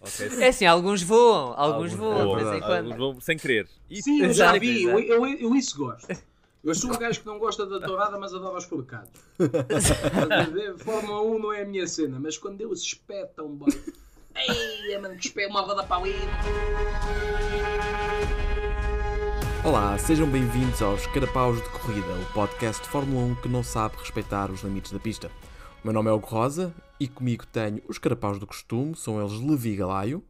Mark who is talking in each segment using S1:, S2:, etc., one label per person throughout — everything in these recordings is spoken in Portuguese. S1: ok?
S2: É assim, alguns voam, alguns,
S1: Alguns
S2: voam
S1: voam,
S2: de vez em
S1: verdade.
S2: quando.
S3: Alguns vão sem querer. E
S4: Sim, eu já
S2: Exato,
S4: vi, eu,
S2: exato.
S4: eu, eu isso gosto. Eu sou um gajo que não gosta da dourada, mas adoro os porcados. Fórmula 1 não é a minha cena, mas quando eles espetam, boy. Ei, mano, que espé uma roda para ali.
S1: Olá, sejam bem-vindos aos Carapaus de Corrida, o podcast de Fórmula 1 que não sabe respeitar os limites da pista. O meu nome é Hugo Rosa e comigo tenho os carapaus do costume, são eles Levi Galaio,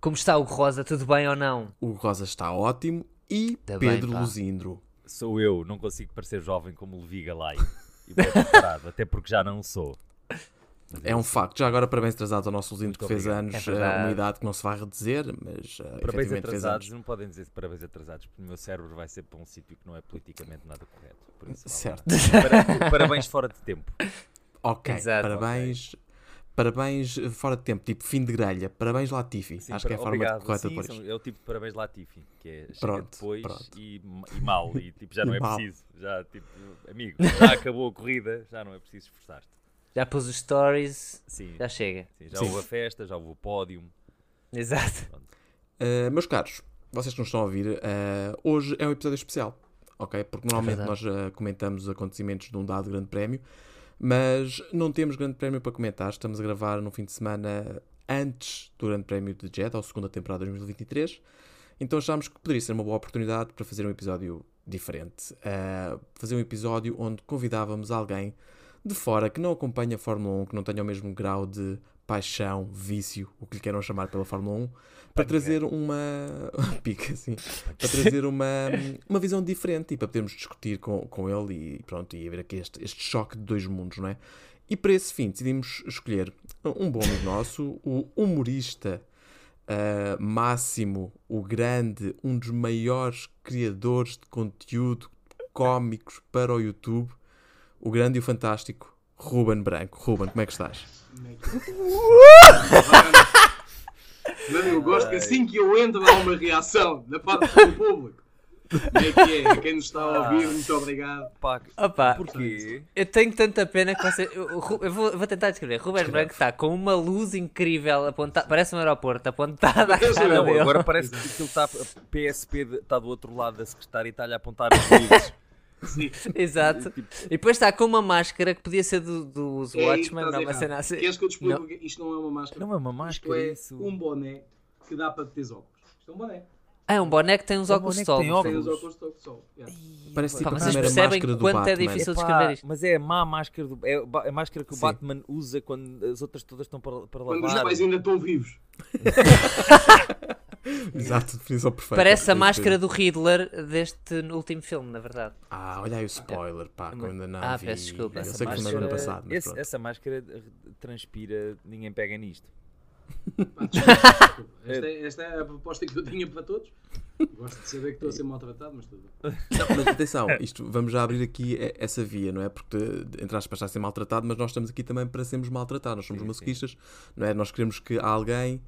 S2: Como está o Rosa, tudo bem ou não?
S1: o Rosa está ótimo e
S2: Tá bem,
S1: Pedro
S2: pá.
S1: Luzindro.
S3: sou eu, não consigo parecer jovem como o Levi Galay. E vou ter parado, até porque já não sou.
S1: É um facto. Já agora parabéns atrasados ao nosso Luzindro
S3: Muito
S1: que fez
S3: obrigado.
S1: anos,
S2: É
S1: eh,
S2: verdade.
S1: uma idade que não se vai redizer, mas eh,
S3: Parabéns
S1: efetivamente fez anos.
S3: atrasados, não podem dizer parabéns atrasados, porque o meu cérebro vai ser para um sítio que não é politicamente nada correto. Por isso, vá lá.
S1: Certo.
S3: Para- parabéns fora de tempo.
S1: Ok,
S2: Exato,
S1: parabéns. Parabéns eh, fora de tempo, tipo fim de grelha. Parabéns Latifi.
S3: Sim,
S1: Acho que é a
S3: para-
S1: forma
S3: obrigado.
S1: correta
S3: Sim,
S1: de pôr isto.
S3: são- É o tipo de parabéns Latifi, que é chega
S1: Pronto,
S3: depois
S1: pronto.
S3: E, e mal, e tipo, já não
S1: E
S3: é
S1: mal.
S3: preciso. Já, tipo, amigo, já acabou a corrida, já não é preciso esforçar-te.
S2: Já pus os stories,
S3: Sim,
S2: já chega.
S3: sim, já
S1: Sim.
S3: houve a festa, já houve o pódio.
S2: Exato.
S1: Uh, meus caros, vocês que nos estão a ouvir, uh, hoje é um episódio especial, ok? Porque normalmente
S2: verdade.
S1: nós uh, comentamos os acontecimentos de um dado grande prémio, mas não temos grande prémio para comentar. Estamos a gravar no fim de semana antes do grande prémio de Jeddah, ou segunda temporada de 2023. Então achámos que poderia ser uma boa oportunidade para fazer um episódio diferente. Uh, fazer um episódio onde convidávamos alguém de fora que não acompanha a Fórmula 1, que não tenha o mesmo grau de paixão, vício, o que lhe queiram chamar pela Fórmula 1, para trazer uma pica assim, para trazer uma, uma visão diferente e para podermos discutir com, com ele e pronto, e haver aqui este, este choque de dois mundos, não é? E para esse fim decidimos escolher um bom amigo nosso, o humorista ah, Máximo, o grande, um dos maiores criadores de conteúdo cómicos para o YouTube, o grande e o fantástico Ruben Branco. Ruben, como é que estás?
S4: Mano, eu gosto que assim que eu entro há uma reação da parte do público. Como é que é? Quem nos está a ouvir, muito obrigado.
S3: Pá,
S2: Opa,
S3: porquê?
S2: eu tenho tanta pena que você. Eu, Ru- eu vou, eu vou tentar descrever. Ruben Branco está com uma luz incrível apontada. Parece um aeroporto apontada à
S4: Eu sou
S2: cara
S4: eu,
S3: Não,
S2: dele.
S3: agora parece que aquilo tá, está. A PSP de- está do outro lado da secretária e está-lhe a apontar os dedos.
S4: Sim.
S2: Exato.
S4: Tipo-
S2: E depois está com uma máscara que podia ser do, dos
S4: É aí que
S2: Watchmen,
S4: estás
S2: não, uma
S4: errado.
S2: cena assim.
S4: Queres que eu te explique?
S2: Não.
S4: o que- Isto não é uma máscara.
S3: Não é uma
S4: Isto
S3: máscara,
S4: é
S3: isso.
S4: um boné que dá para teres óculos. Isto é um boné.
S2: Ah, é um boné que tem uns
S3: É um
S2: óculos
S3: boné
S2: de
S3: que tem
S2: sol.
S4: Tem os
S3: Óculos.
S4: óculos de sol. Yeah.
S1: Parece tipo
S2: Pá,
S1: a
S2: mas vocês
S1: primeira
S2: percebem
S1: máscara do
S2: quanto é
S1: Batman.
S2: difícil- Estou a
S3: Epá,
S2: descrever isto.
S3: Mas é a má máscara do. É ba- a máscara que o
S1: Sim.
S3: Batman usa quando as outras todas estão para, para
S4: Quando os
S3: lavar.
S4: pais ainda estão vivos.
S1: Exato, definição perfeita.
S2: Parece a
S1: Perfeito.
S2: máscara do Riddler deste último filme, na verdade.
S1: Ah, olha aí o spoiler, pá, que eu ainda não
S2: Ah,
S1: vi.
S2: peço desculpa.
S1: Eu
S2: Essa
S1: sei que foi no ano
S2: máscara-
S1: passado, mas
S3: Esse-
S1: pronto.
S3: essa máscara eh, transpira, ninguém pega nisto.
S4: Pá, desculpa, desculpa. Esta, é, esta é a proposta que eu tinha para todos. Gosto de saber que estou a ser maltratado, mas tudo bem.
S1: Mas atenção, isto, vamos já abrir aqui e- essa via, não é? Porque, entre aspas, está a ser maltratado, mas nós estamos aqui também para sermos maltratados. Nós somos
S3: Sim, sim.
S1: masoquistas, não é? Nós queremos que alguém.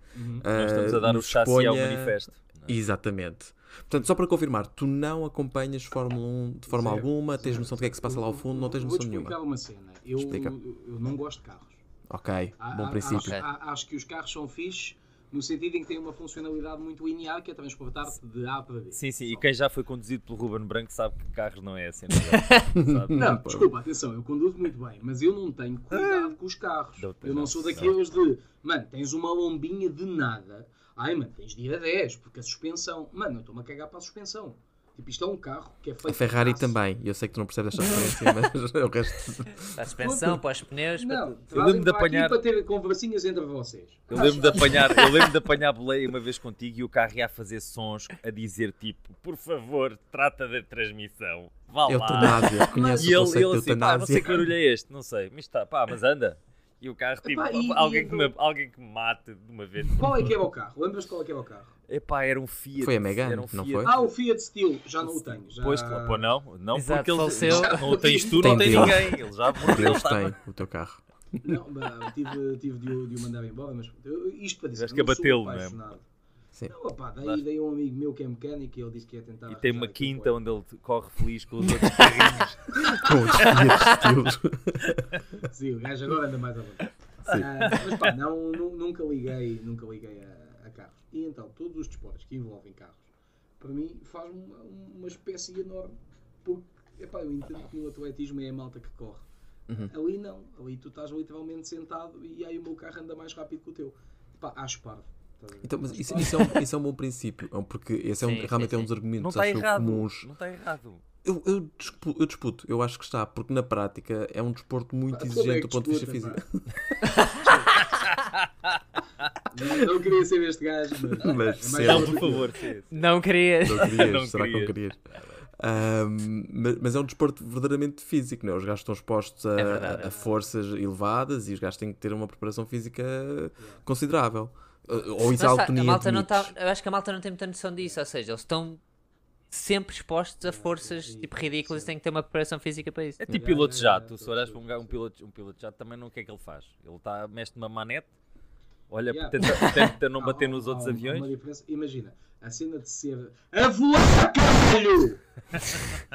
S1: ah,
S3: Nós estamos a dar o
S1: nos
S3: chassi ao
S1: exponha-
S3: manifesto. não é?
S1: Exatamente. Portanto, só para confirmar, tu não acompanhas Fórmula 1 de forma
S4: Zero,
S1: alguma, tens noção do que é que se passa lá ao fundo, não tens
S4: Vou
S1: noção
S4: te explicar
S1: nenhuma.
S4: uma cena. Eu,
S1: Explica.
S4: eu- eu não gosto de carros.
S1: Ok,
S4: A-
S1: bom
S4: a-
S1: princípio.
S4: Acho, a- acho que os carros são fixes no sentido em que têm uma funcionalidade muito linear que é transportar-te de A para B.
S3: Sim, sim, e quem já foi conduzido pelo Ruben Branco sabe que carros não é assim. Não, sabe?
S4: Não,
S1: Uhum.
S4: desculpa, atenção, eu conduzo muito bem, mas eu não tenho cuidado com os carros.
S3: Não,
S4: eu não
S3: não,
S4: sou daqueles de, mano, tens uma lombinha de nada. Ai, mano, tens de ir a 10, porque a suspensão. Mano, eu estou-me a cagar para a suspensão. Tipo, isto é um carro que é feito.
S1: A Ferrari
S4: de aço.
S1: também. Eu sei que tu não percebes esta referência, mas é o resto.
S2: Para a suspensão, para os pneus. para
S4: Não,
S2: tudo.
S4: eu
S3: lembro
S4: lembro
S3: de
S4: de apanhar.
S3: apanhar-
S4: para ter conversinhas entre vocês.
S3: Eu lembro de apanhar, eu lembro de apanhar boleia uma vez contigo e o carro ia a fazer sons a dizer tipo, por favor, trata da transmissão. Vá lá.
S1: Eutanásia. Conheces
S3: E
S1: o
S3: ele,
S1: conceito
S3: ele
S1: de
S3: assim, pá, não sei
S1: eutanásia?
S3: que barulho é este, não sei, mas está, pá, mas anda. E o carro, tipo,
S4: Epá, e-
S3: alguém,
S4: e
S3: que me, alguém que me mate de uma vez. por
S4: Qual é
S3: favor.
S4: que era o carro? Lembras qual é que era o carro?
S3: Epá, era um Fiat.
S1: Foi a Megane,
S3: era um
S1: não
S3: Fiat.
S1: foi?
S4: Ah, o Fiat Steel, já não o tenho. Já...
S3: Pois, claro, pô, não, não
S2: Exato,
S3: porque ele
S2: faleceu.
S3: não o tens tu, não
S1: Tem
S3: tem
S1: Deus.
S3: ninguém. Ele já morreu. tá,
S1: Deus
S3: está-
S1: tem o teu carro.
S4: Não, bah, tive, tive de, o- de o mandar embora, mas eu- isto para dizer.
S3: Tiveste que
S4: eu não sou
S3: abatê-lo, não é?
S4: apaixonado.
S1: Sim.
S4: Não, opá, daí,
S3: Claro.
S4: daí um amigo meu que é mecânico e ele disse que ia tentar.
S3: E tem uma
S4: arranjar aquilo
S3: quinta
S4: fora.
S3: onde ele corre feliz com os outros carrinhos.
S1: Com os filhos de Deus.
S4: Sim, o gajo agora anda mais à vontade.
S1: Sim.
S4: Ah, mas pá, não, nu- nunca liguei, nunca liguei a, a carros. E então, todos os desportos que envolvem carros, para mim, faz uma, uma espécie enorme. Porque, epá, eu entendo que no atletismo é a malta que corre.
S1: Uhum.
S4: Ali não, ali tu estás literalmente sentado e aí o meu carro anda mais rápido que o teu. Pá, acho parvo. estás a ver?
S1: Então, mas
S4: Acho
S1: isso,
S4: parvo.
S1: isso é um, isso é um bom princípio, é um- porque esse é um,
S2: Sim,
S1: realmente
S2: sim,
S1: é um
S2: sim.
S1: dos
S3: Não
S1: argumentos
S3: está
S1: acho eu,
S3: errado.
S1: comuns.
S3: Não está errado.
S1: Eu, eu, dispu- eu disputo, eu acho que está, porque na prática é um desporto muito
S4: Pá, como é
S1: exigente
S4: que
S1: do ponto de vista
S4: disputa,
S1: físico.
S4: Não, não queria ser este gajo, mas. é
S1: Mas
S4: mais um-
S1: sempre.
S3: Não,
S4: parvo
S3: por
S4: que eu.
S3: favor, sim.
S2: Não queria.
S1: Não querias,
S3: Não
S1: será que não querias? Ahm, mas, mas é um desporto verdadeiramente físico, não é? Os gajos estão expostos a,
S2: É verdade, é
S1: a forças elevadas e os gajos têm que ter uma preparação física considerável. Uh, Ou
S2: Mas
S1: isso a
S2: sabe, a
S1: autonomia
S2: malta não
S1: admite.
S2: tá, eu acho que a malta não tem muita noção disso, ou seja, eles estão sempre expostos a forças tipo ridículas e têm que ter uma preparação física para isso.
S3: É tipo
S4: Já,
S3: piloto de
S4: já, já,
S3: jato.
S4: já,
S3: Se
S4: já,
S3: olhas
S4: já,
S3: para um, ga- um piloto, um piloto de jato, também não o que é que ele faz? Ele está, mexe numa manete, olha,
S4: Yeah.
S3: tenta, tenta não
S4: Há-
S3: bater
S4: há-
S3: nos
S4: há um
S3: outros
S4: uma- há
S3: aviões.
S4: uma diferença. Imagina, a cena de ser a voar, caralho!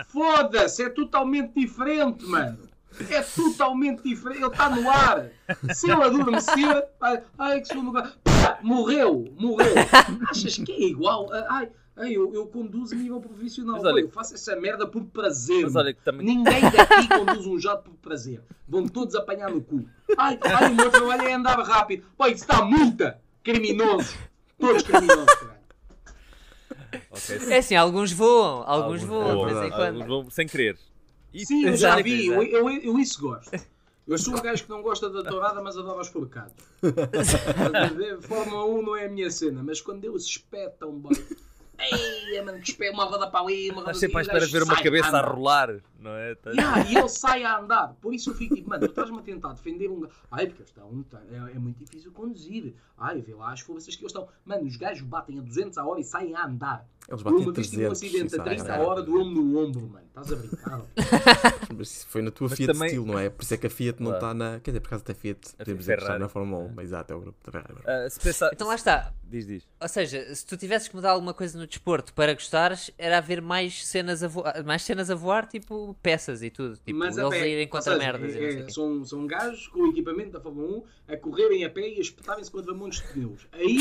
S4: Foda-se, é totalmente diferente, mano! É totalmente diferente, ele está no ar! Se ele adormecer, ai, ai que segundo lugar, Pá, morreu, morreu! Achas que é igual? Ah, Ai, ai eu, eu conduzo a nível profissional,
S3: Mas olha-
S4: eu faço essa merda por prazer!
S3: Mas
S4: mano.
S3: olha que também.
S4: Ninguém daqui conduz um jato por prazer. Vão todos apanhar no cu. Ai, ai o meu trabalho é andar rápido. Pô, isso está multa. Criminosos. Todos criminosos, caralho.
S3: Ok,
S2: É assim, alguns voam, alguns, voam
S1: voam,
S2: de
S4: é
S2: vez
S1: verdade,
S2: em quando.
S3: Alguns vão sem querer. E-
S4: Sim, eu já
S2: Exato,
S4: vi. Eu,
S2: exato.
S4: eu, eu isso gosto. Eu sou um gajo que não gosta da tourada, mas adora os porcados. Fórmula 1 não é a minha cena, mas quando eles espetam, bem. Ei, é, mano, que espé, uma roda para ali, uma roda
S3: Estás Tá sempre à
S4: e o
S3: espera
S4: gajo
S3: de ver uma
S4: sai
S3: cabeça a
S4: andar.
S3: rolar, não é? Estás-
S4: Ya, e ele sai a andar. Por isso eu fico tipo, mano, tu estás-me a tentar defender um gajo. Ai, porque eles estão. É, é muito difícil conduzir. Ai, vê lá as forças que eles estão. Mano, os gajos batem a 200 a hora e saem a andar.
S1: Eles
S4: Eu
S1: batem é
S4: uma vez tive um
S1: 300.
S4: acidente
S1: sim,
S4: a
S1: sabe?
S4: 30 a hora do ombro no ombro, mano. Estás a brincar?
S1: Mas isso foi na tua
S3: Mas
S1: Fiat
S3: também-
S1: Steel, não é? Por isso é que a Fiat não
S3: Claro.
S1: está na. Quer dizer, por acaso até Fiat, podemos dizer que está
S3: Ferrari.
S1: na Fórmula 1, mas exato, é o grupo de Ferrari.
S3: Ah, se pensar...
S2: Então lá está.
S3: Diz, diz.
S2: Ou seja, se tu tivesses que mudar alguma coisa no desporto para gostares, era haver mais cenas a voar, mais cenas a voar tipo peças e tudo. Tipo,
S4: Mas a
S2: eles
S4: pé,
S2: irem
S4: ou
S2: contra
S4: seja,
S2: merdas e
S4: é-
S2: não sei o
S4: é-
S2: quê.
S4: são, são gajos com o equipamento da Fórmula 1 a correrem a pé e a espetarem-se contra montes de pneus. Aí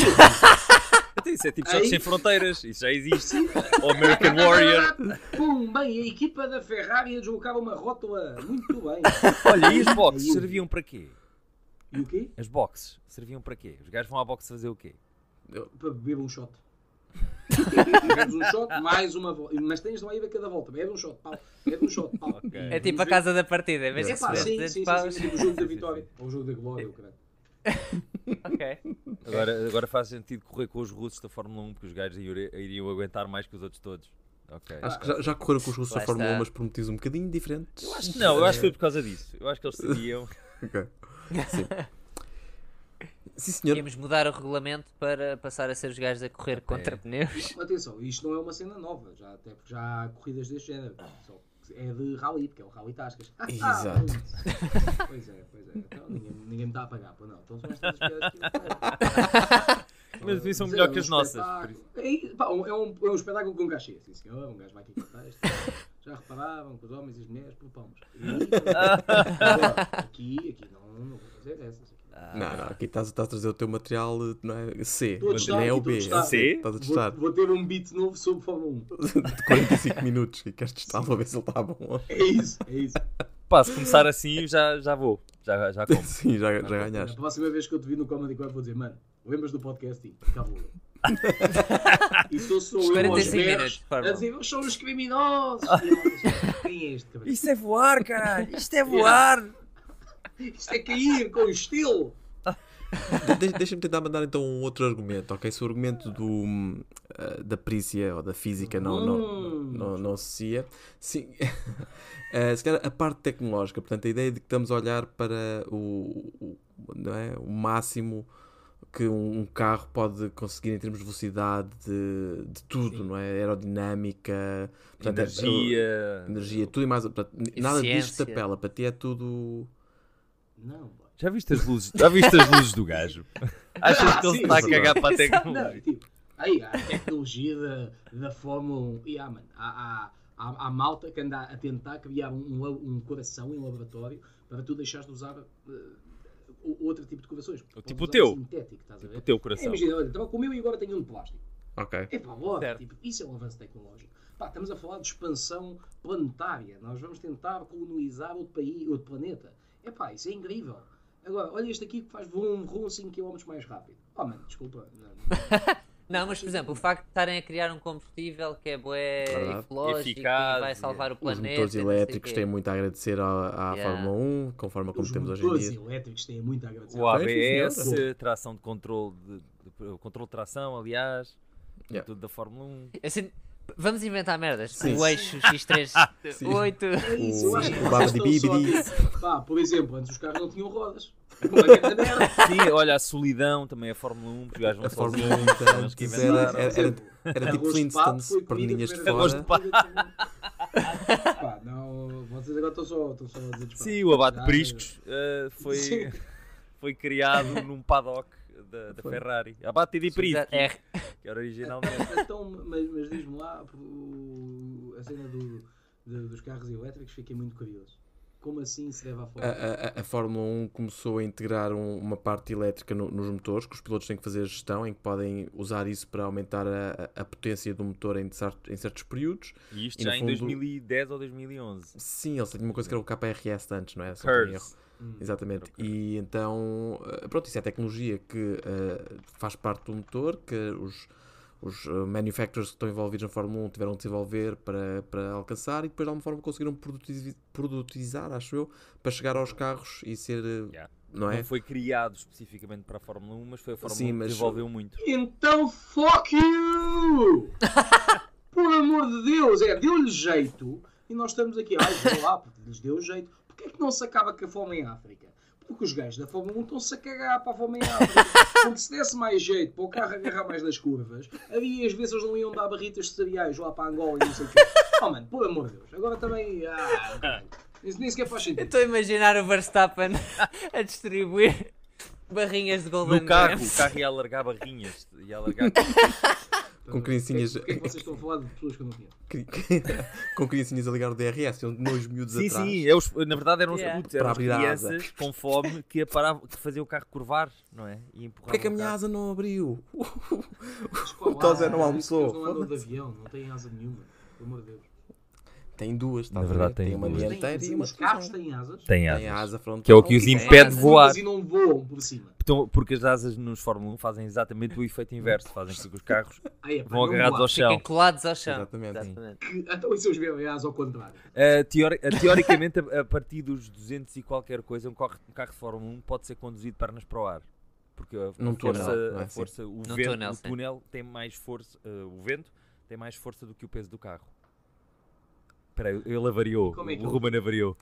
S3: Até isso é tipo
S4: Aí-
S3: Jogos Sem Fronteiras, isso já existe. O American Warrior.
S4: Pum, bem, a equipa da Ferrari a deslocar uma rótula muito bem.
S3: Olha, e as boxes
S4: Aí-
S3: serviam para quê?
S4: E o quê?
S3: As boxes serviam para quê? Os gajos vão à boxe fazer o quê?
S4: para beber um shot. Bebes um shot, mais uma volta. Mas tens lá aí a cada volta. Bebe um shot, pau. Bebe um shot, pau.
S3: Ok.
S2: É tipo a
S4: Vamos
S2: casa da partida, em vez
S4: ver.
S2: de
S4: É pá, sim,
S2: receber
S4: sim, sim,
S2: 200 paus.
S4: sim, sim, o jogo da vitória. Ou o jogo da glória, o caralho.
S2: Ok.
S3: Agora, agora faz sentido correr com os russos da Fórmula 1, porque os gajos iriam, iriam aguentar mais que os outros todos. Ok.
S1: Acho que já, já correram com os russos
S2: Lá
S1: da Fórmula 1,
S2: está.
S1: mas por motivos um bocadinho diferentes.
S3: Eu acho que não, eu acho que foi por causa disso. Eu acho que eles sabiam.
S1: Ok. Sim. Sim, senhor.
S2: Íamos mudar o regulamento para passar a ser os gajos a correr contra pneus.
S4: Atenção, isto não é uma cena nova. Já, até porque já há corridas deste género. Só que é de rally, porque é o rally Tascas. Ah,
S1: Exato.
S4: pois. Pois é, pois é. Então, ninguém, ninguém me está a pagar. Pois não, então são estas piadas que eu
S3: Mas isso são
S4: Mas
S3: melhor
S4: é
S3: que
S4: um
S3: as nossas. por
S4: espetáculo. É, pá, um- é, um, é um espetáculo com cachê, sim senhor. Um gajo vai aqui cantar isto. Já reparavam que os homens e as mulheres poupamos. E- Agora, aqui, aqui não, não vou fazer essas.
S1: Não, não, aqui estás, estás a trazer o teu material eh, não é? C,
S4: Estou a
S1: mas
S4: testar,
S1: nem é o
S4: estou a
S1: B, é o
S4: testar.
S1: C.
S3: C?
S1: Estás a testar
S4: Vou, vou ter um beat novo sobre Fórmula 1.
S1: de 45 minutos e queres testar para ver se ele está bom.
S4: É isso, é isso.
S3: isso. Pá, se começar assim, eu já, já vou. Já, já como.
S1: Sim, já, já
S4: Na
S1: ganhaste.
S4: próxima vez que eu te vi no Comedy Club, vou dizer: Mano, lembras do podcasting? Cá vou eu. E sou sou eu aos
S2: 45 minutos,
S4: berros
S2: por
S4: a
S2: favor.
S4: dizer: Eles são os criminosos. E eles, Quem é este cabrão?
S3: Isto é voar, caralho! Isto é
S4: voar. Isto é cair com estilo.
S1: De- Deixa-me tentar mandar então um outro argumento, ok? Se o argumento do, hum, ah, da perícia ou da física não, não, não,
S4: Hum.
S1: não, não associa, sim, ah, se calhar a parte tecnológica, portanto, a ideia de que estamos a olhar para o, o- não é? o máximo que um um carro pode conseguir em termos de velocidade de, de tudo, não é? Aerodinâmica, portanto, é-
S3: Energia.
S1: energia, tudo e mais. portanto, nada disto te
S2: Eficiência.
S1: apela, para ti é tudo.
S4: Não, boy.
S3: Já viste as luzes? Já viste as luzes do gajo? Achas que ele
S4: Sim,
S3: está a
S4: sim.
S3: cagar para a
S4: Não,
S3: tecnologia?
S4: tipo, aí há a tecnologia da, da Fórmula 1. E há, mano, há, há, há, há malta que anda a tentar criar um, um, lab- um coração em laboratório para tu deixares de usar eh, o- outro tipo de corações. Podes
S3: tipo
S4: usar
S3: teu.
S4: Sintético, estás a ver?
S3: O teu coração.
S4: Imagina, olha, estava com o meu e agora tenho um de plástico.
S1: Ok.
S4: É pá, bora,
S2: Certo.
S4: tipo, isso é um avanço tecnológico. Pá, estamos a falar de expansão planetária. Nós vamos tentar colonizar outro país, outro planeta. É pá, isso é incrível. Agora, olha este aqui que faz vrum, vrum 5 km mais rápido. Oh, mano, desculpa. Não,
S2: Não, mas por exemplo, o facto de estarem a criar um combustível que é bué
S1: Verdade.
S2: ecológico
S3: Eficaz,
S2: e vai salvar o
S1: Os
S2: planeta.
S1: motores
S2: e não sei o
S1: elétricos
S2: quê.
S1: têm muito a agradecer à, à
S2: Yeah.
S1: Fórmula 1, conforme como
S4: os
S1: temos hoje em
S4: motores
S1: dia.
S4: elétricos têm muito a agradecer.
S3: O
S1: Pois,
S3: ABS,
S1: sim, senhora.
S3: tração de controle de, de- controle de tração, aliás,
S1: Yeah.
S3: tudo da Fórmula 1.
S2: Assim, vamos inventar merdas.
S1: Sim.
S2: O eixo X38.
S4: É isso, eu
S1: O-
S4: acho que
S1: o
S4: vocês estão
S1: Babidi
S4: só
S1: Bidi.
S4: aqui- Pá, por exemplo, antes os carros não tinham rodas. é Uma grande merda.
S3: Sim, olha, a solidão também é a Fórmula 1, porque os gajos
S1: A
S3: vão
S1: Fórmula
S3: sozinhos.
S1: 1
S3: então, acho que
S1: antes
S3: inventaram.
S1: era, era, era, era tipo
S4: Arroz de pato
S1: Flintstones,
S4: foi comida
S1: perninhas de
S4: primeira vez.
S1: fora.
S4: Pá, não, vocês agora estão só, estão só a dizer disparos.
S3: Sim, o abate
S4: Ah,
S3: de briscos eh, foi,
S4: Sim.
S3: foi criado num paddock da, da
S1: Foi.
S3: Ferrari. Abate de briscos,
S2: É,
S3: que era originalmente.
S4: Então, mas, mas diz-me lá, o- a cena do- do- dos carros elétricos, fiquei muito curioso. Como assim se deve à
S1: A,
S4: Fórmula?
S1: a- a- a Fórmula 1 começou a integrar um- uma parte elétrica no- nos motores, que os pilotos têm que fazer a gestão, em que podem usar isso para aumentar a, a- a potência do motor em, certo- em certos períodos.
S3: E isto
S1: E, no
S3: já em
S1: fundo,
S3: 2010 ou 2011.
S1: Sim, eles tinham uma coisa que era o KRS de antes, não é? Se não tenho erro.
S3: Curse.
S4: Hum.
S1: Exatamente.
S3: Era o
S1: E então, eh, pronto, isso é tecnologia que eh, faz parte do motor, que os, os eh, manufacturers que estão envolvidos na Fórmula 1 tiveram de desenvolver para, para alcançar e depois de alguma forma conseguiram produtivi- produtizar, acho eu, para chegar aos carros e ser, eh,
S3: Yeah. Uhum.
S1: não é?
S3: Não foi criado especificamente para a Fórmula 1, mas foi a Fórmula
S1: Sim,
S3: 1 que
S1: mas-
S3: desenvolveu muito.
S4: Então, fuck you! Por amor de Deus, é, deu-lhe jeito. E nós estamos aqui, ai, vou lá, porque lhes deu jeito. Porquê é que não se acaba com a fome em África? Porque os gajos da Fórmula 1 estão-se a cagar para a fome em África. Porque se desse mais jeito para o carro agarrar mais nas curvas, havia às vezes eles não iam dar barritas de cereais lá para Angola e não sei o quê. Oh, mano, por amor de Deus. Agora também. Ah, caralho. Isso nem sequer faz
S2: Eu
S4: sentido.
S1: Então,
S2: estou a imaginar o Verstappen a distribuir barrinhas de Golden
S3: No carro,
S2: Grams.
S3: o carro ia alargar barrinhas, ia alargar
S1: Com criancinhas,
S4: Porquê é que vocês estão a falar de pessoas que eu não conheço?
S1: cri- com criancinhas a ligar o DRS, iam dois miúdos
S3: Sim,
S1: atrás.
S3: sim, é os- na verdade eram os
S2: Yeah.
S3: putos,
S1: Para
S3: eram as
S1: abrir a asa.
S3: crianças com fome que, paravam, que faziam o carro curvar, não é? E empurravam
S1: Porquê é que a
S3: o
S1: minha
S3: carro.
S1: asa não abriu?
S4: Escola,
S1: O Tozé não
S4: ah,
S1: almoçou.
S4: Eles não andam de avião, não têm asa nenhuma. Pelo amor de Deus.
S1: Tem duas, tá
S3: Na
S1: a ver?
S3: verdade, tem
S1: uma
S3: duas.
S4: Mas
S1: dianteira
S4: têm-
S1: e uma
S4: os carros
S1: traseira.
S4: têm asas.
S3: Tem
S1: Tem a
S3: asas.
S1: asa frontal.
S3: Que é o que os
S1: tem
S3: impede de
S1: asa.
S3: voar.
S4: E não voam por cima.
S3: Então, porque as asas nos Fórmula 1 fazem exatamente o efeito inverso, fazem com que os carros
S4: Aí, é, pá,
S3: vão
S4: não
S3: agarrados
S4: voam.
S3: ao
S2: Fiquem
S3: chão.
S2: colados ao chão.
S1: Exatamente.
S2: Exatamente.
S4: Que- Então, e se eles virem asas ao contrário?
S3: Ah, teori- ah, teoricamente, a, a partir dos 200 e qualquer coisa, um, corre- um carro de Fórmula 1 pode ser conduzido de pernas para o ar. Porque a,
S1: Num
S3: a força,
S1: túnel, não é?
S3: a força o,
S2: Num
S3: vento,
S2: túnel,
S3: o
S2: sim.
S3: túnel tem mais força, ah, o vento tem mais força do que o peso do carro. Espera aí, ele avariou,
S4: Como é que
S3: o
S4: ele-
S3: Ruben avariou.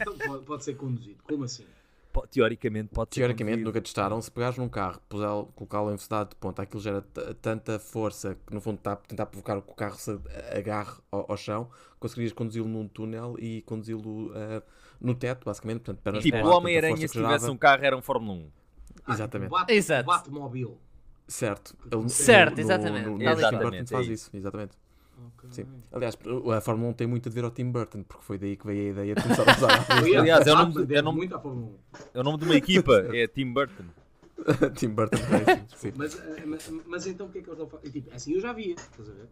S4: Então, pode, pode ser conduzido. Como assim?
S3: Po- Teoricamente pode ser
S1: Teoricamente
S3: conduzido.
S1: nunca testaram. Se pegares num carro, puser- colocá-lo em velocidade de ponta, aquilo gera t- tanta força que no fundo está a tentar provocar que o carro se agarre ao, ao chão, conseguirias conduzi-lo num túnel e conduzi-lo eh, no teto, basicamente. Portanto, pernas
S3: Tipo,
S1: para
S3: o
S1: ar,
S3: Homem-Aranha,
S1: tanta
S3: se
S1: força que
S3: tivesse um
S1: gerava.
S3: carro, era um Fórmula 1.
S1: Exatamente.
S4: Ah, Bate,
S2: Exato.
S4: Batmóvel.
S1: Certo. Ele-
S2: Certo,
S1: no- no-
S2: exatamente.
S1: No, no,
S2: Exatamente,
S1: Tim Burton
S3: é
S1: faz
S3: isso.
S1: isso, exatamente.
S4: Ok.
S1: Sim. Aliás, a Fórmula 1 tem muito a ver ao Tim Burton, porque foi daí que veio a ideia de começar a usar
S4: Aliás,
S3: Aliás, eu não-
S4: Batman
S3: eu
S4: deve
S3: não-
S4: muito à Fórmula 1.
S3: É o nome de uma equipa, é Tim Burton.
S1: Tim Burton Racing. Sim.
S4: Mas, eh, mas, mas então o que é que eles não fazem? Tipo, assim eu já via, estás a ver?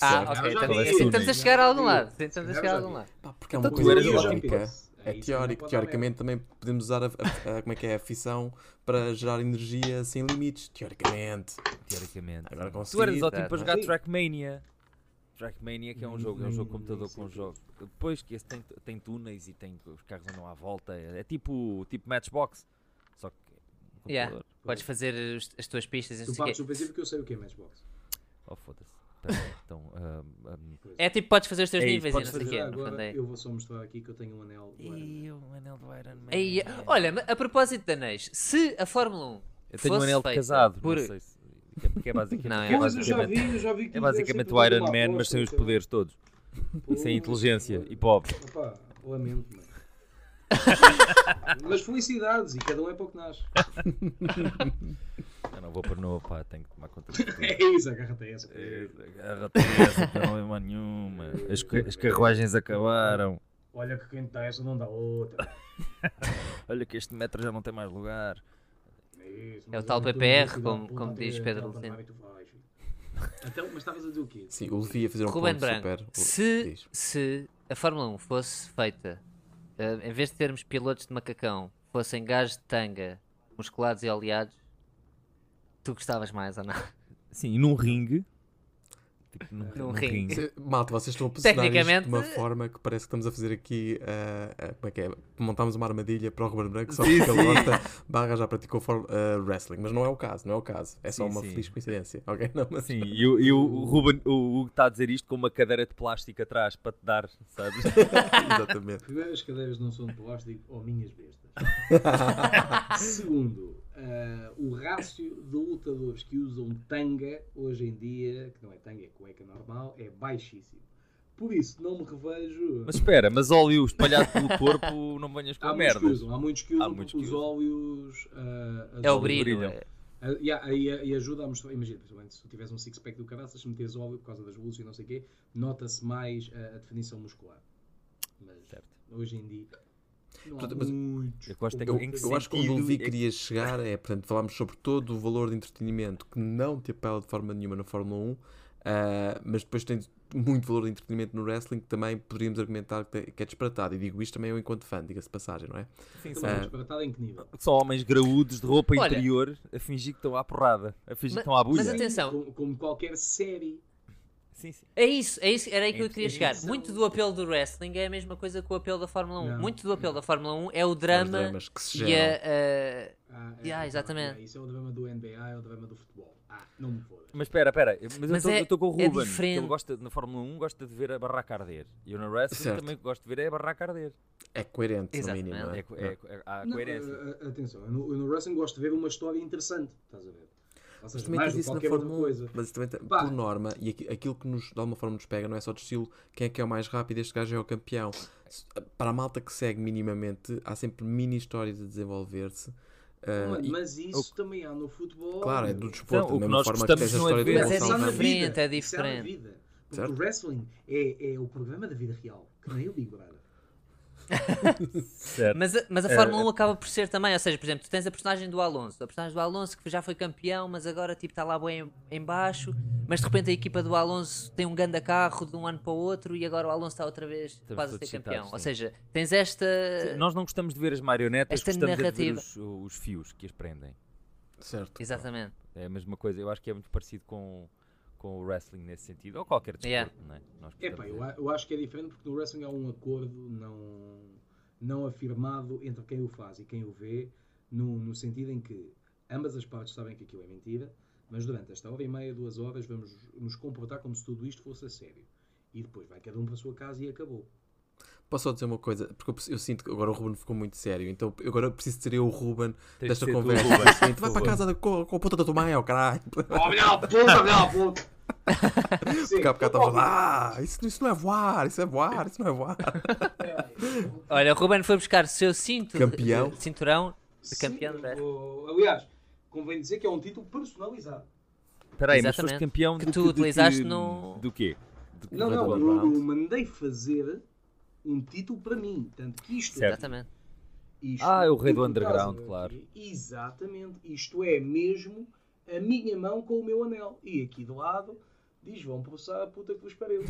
S2: Ah,
S1: Certo.
S2: ok.
S4: Eu já
S2: Estamos,
S3: vi.
S2: assim, estamos a chegar a algum
S4: Já vi.
S2: lado. Sim, Estamos a chegar a algum lado.
S1: Pá, porque é uma
S3: Então, tu
S1: coisa
S3: eras
S1: teórica. É
S4: jovem. É isso, não
S1: teórico.
S4: pode
S1: Teoricamente também podemos usar a, a- a- como é que é, a fissão para gerar energia sem limites. Teoricamente.
S3: Teoricamente.
S1: Agora
S3: Tu eras
S1: consegui.
S3: ótimo para
S2: não é?
S3: jogar
S4: Sim.
S3: Trackmania. Trackmania que é um jogo, é um jogo de computador
S4: Sim.
S3: com um jogo. Depois que esse tem, tem túneis e tem os carros andam à volta. É é tipo, tipo Matchbox. Só que um computador.
S2: Yeah. Podes fazer os- as tuas pistas e não
S4: Tu
S2: sei o
S4: partes
S2: quê.
S4: do princípio que eu sei o que é Matchbox.
S3: Oh foda-se. Espera aí, Então, ahm, ahm,
S2: É tipo, podes fazer os teus
S3: É isso,
S2: níveis e não
S3: podes
S2: sei o
S3: fazer-
S2: quê.
S4: Já
S2: no fundo
S4: agora
S2: é-
S4: eu vou só mostrar aqui que eu tenho um anel. do Iron Man.
S3: Ei, o anel do Iron Man.
S2: Ei, olha, mas a propósito de anéis, se a Fórmula 1
S3: eu tenho um
S2: fosse
S3: anel de
S2: feita
S3: casado.
S2: por-
S3: Não sei se. que é- Que é basicamente.
S2: Não,
S3: que
S2: é
S4: Pois, eu já
S3: basicamente-
S4: vi, eu já vi que
S3: É
S4: deve ser
S3: basicamente
S4: tudo
S3: o Iron
S4: uma
S3: Man, mas
S4: aposta,
S3: sem os
S4: sei lá. é
S3: poderes todos. E sem
S4: Pois,
S3: inteligência
S4: pois.
S3: e pobre.
S4: Opa, lamento, mano. Mas felicidades, e cada um é para o que nasce.
S3: Eu não vou pôr no. Pá, tenho que tomar conta de tudo.
S4: É isso, agarra-te a essa.
S3: Agarra-te a essa, que não é má nenhuma. As, ca- as carruagens acabaram.
S4: Olha que quem dá essa não dá outra.
S3: Olha que este metro já não tem mais lugar.
S4: Isso,
S2: É o
S4: mas
S2: tal
S4: olha, tu
S2: PPR,
S4: não vais
S2: como-
S4: tirar a
S2: como
S4: puta,
S2: diz
S4: tu
S2: Pedro
S4: vais
S2: Lucena.
S4: lá e tu vais. Então, mas estavas a dizer o quê?
S1: Sim, o Levi ia fazer um
S2: Ruben
S1: ponto
S2: Branco,
S1: super.
S2: se,
S1: diz.
S2: se a Fórmula 1 fosse feita, eh, em vez de termos pilotos de macacão, fossem gajos de tanga, musculados e oleados, tu gostavas mais ou não?
S3: Sim, num ringue. Tipo, num,
S2: Num ringue.
S1: Se- Malta, vocês estão a posicionar isto de
S2: Tecnicamente-
S1: uma forma que parece que estamos a fazer aqui. ah, ah, como é que é? Montámos uma armadilha para o Ruben Branco, só
S3: Sim,
S1: porque ele
S3: sim.
S1: gosta. Barra já praticou for- ah, wrestling, mas não é o caso, não é o caso. É só
S3: Sim,
S1: uma
S3: sim.
S1: feliz coincidência, ok? Não, mas...
S3: Sim, e, o- e o, o Ruben, o Hugo está a dizer isto com uma cadeira de plástico atrás para te dar, sabes?
S1: Exatamente.
S4: Primeiro, as cadeiras não são de plástico ou minhas bestas. Segundo, ah, o rácio de lutadores que usam tanga hoje em dia, que não é tanga, é cueca normal, é baixíssimo. Por isso, não me revejo.
S3: Mas espera, mas óleo espalhado pelo corpo, não venhas com
S4: há muitos
S3: merda.
S4: que usam, há muitos que usam
S3: Há muitos
S4: porque
S3: que
S4: os
S3: usam.
S4: óleos. ah,
S2: É o
S4: azul-
S2: brilho.
S3: brilho.
S2: eh,
S4: Ah, E, há- e- e ajuda a mostrar, imagina, principalmente se tu tiveres um six-pack do caraças, se meteres óleo por causa das luzes e não sei o quê, nota-se mais a, a definição muscular. Mas
S3: Certo.
S4: hoje em dia não há
S1: Portanto, mas-
S4: muitos.
S3: Eu gosto é que-
S1: Eu,
S3: em que
S4: computadores.
S1: eu acho que onde o
S3: sentido
S1: Levi
S3: é que-
S1: queria chegar é, portanto, falámos sobre todo o valor de entretenimento que não te apela de forma nenhuma na Fórmula 1, ah, mas depois tem muito valor de entretenimento no wrestling que também poderíamos argumentar que, tem- que é disparatado. E digo isto também eu enquanto fã, diga-se de passagem, não é?
S3: Sim,
S4: Também
S3: são,
S4: é disparatado em que nível?
S3: são homens graúdos de roupa
S2: Olha.
S3: interior a fingir que estão à porrada, a fingir
S2: Ma-
S3: que estão à
S2: mas
S3: bulha.
S2: até- Atenção.
S4: Como, como qualquer série.
S3: Sim, sim.
S2: É isso, é isso, era aí que eu queria chegar.
S4: Entretenção.
S2: Muito do apelo do wrestling é a mesma coisa que o apelo da Fórmula 1.
S4: Não,
S2: Muito do apelo
S4: não.
S2: da Fórmula 1 é o
S1: Os
S2: drama
S1: dramas que se
S2: e eh,
S1: geram.
S2: a. a-
S4: Ah,
S2: Yeah, exatamente.
S4: ah, isso é o drama do NBA, é o drama do futebol. Ah, não me fodas.
S3: Mas espera, espera, eu- mas,
S2: Mas
S3: eu
S2: é-
S3: estou com o
S2: é
S3: Ruben, que
S2: diferente.
S3: ele gosta, na Fórmula 1 gosta de ver a barraca arder, e eu no wrestling
S1: Certo.
S3: também o que gosto de ver é a barraca arder.
S1: É coerente, no
S2: Exatamente.
S1: mínimo. não
S3: É,
S1: é?
S3: co- é co- é- há
S4: Não,
S3: coerência.
S4: a- a- atenção, eu no, eu no wrestling gosto de ver uma história interessante. Estás a ver? Ou
S1: Mas
S4: seja,
S1: também tens
S4: mais do que
S1: isso na
S4: qualquer outra
S1: Fórmula 1.
S4: coisa.
S1: Mas também, tem-
S4: Pá.
S1: por norma, e aqui- aquilo que nos dá uma forma nos pega não é só de estilo quem é que é o mais rápido, este gajo é o campeão. Se- Para a malta que segue minimamente, há sempre mini histórias a desenvolver-se. ah,
S4: Mano,
S1: e-
S4: mas isso também há no futebol.
S1: Claro, é
S4: meu.
S1: do desporto,
S3: Então, o que
S1: da mesma
S3: nós
S1: forma que
S3: gostamos
S1: tens a
S3: não é
S1: história
S3: de
S1: da
S3: ver.
S2: Mas é
S1: evolução
S4: na
S1: da-
S2: diferente.
S4: vida,
S2: é
S4: isso na
S2: diferente.
S4: vida. Porque
S1: Certo.
S4: o wrestling é, é o programa da vida real, que nem eu digo nada.
S3: Certo.
S2: Mas, a- mas a Fórmula 1 acaba por ser também, ou seja, por exemplo, tu tens a personagem do Alonso, a personagem do Alonso que já foi campeão, mas agora tipo está lá bem em baixo, mas de repente a equipa do Alonso tem um grande carro de um ano para o outro e agora o Alonso está outra vez quase a ser
S3: todos
S2: campeão.
S3: citados,
S2: Ou
S3: sim.
S2: seja, tens esta
S4: eh,
S3: Nós não gostamos de ver as marionetas,
S2: Esta
S3: gostamos é de ver
S2: narrativa.
S3: os, os fios que as prendem.
S1: Certo.
S2: Exatamente.
S3: É a mesma coisa, eu acho que é muito parecido com, com o wrestling nesse sentido, ou qualquer desporto,
S2: Yeah.
S3: não é? Nós
S4: Epá,
S3: gostamos
S4: eu,
S3: de-
S4: a- eu acho que é diferente porque no wrestling há um acordo não, não afirmado entre quem o faz e quem o vê, no, no sentido em que ambas as partes sabem que aquilo é mentira, mas durante esta hora e meia, duas horas, vamos nos comportar como se tudo isto fosse a sério. E depois vai cada um para a sua casa e acabou.
S1: Posso só dizer uma coisa? Porque eu, preciso- eu sinto que agora o Ruben ficou muito sério, então eu agora preciso ser eu o Ruben
S3: de
S1: desta
S3: ser tu o
S1: conversa.
S3: Ruben,
S1: Assim,
S3: por
S1: vai para
S3: favor.
S1: casa da- com, com a puta da tua mãe, ó caralho.
S4: Oh, melhor puta, melhor puta! Sim.
S1: Cá, cá, estava lá. "Ah, Isso, isso não é voar, isso é voar, isso não é voar.
S2: Olha, o Ruben foi buscar o seu cinto de-
S1: Campeão.
S2: de cinturão de
S4: Sim,
S2: campeão do wrestling.
S4: o- Aliás, convém dizer que é um título personalizado.
S3: Espera aí, mas
S2: Exatamente.
S3: foste campeão
S2: Que
S3: do
S2: tu
S3: do
S2: utilizaste no-
S3: Do quê? Do-
S4: Não,
S1: Vai
S4: não,
S1: dar
S4: eu,
S1: um round.
S4: eu mandei fazer um título para mim. Tanto que isto,
S3: Certo.
S2: Exatamente.
S4: isto
S3: Ah, é o rei
S4: que
S3: do
S4: tu estás a
S3: underground,
S4: ver aqui,
S3: claro.
S4: Exatamente. Isto é mesmo a minha mão com o meu anel. E aqui de lado diz: vão processar a puta que vos pariu.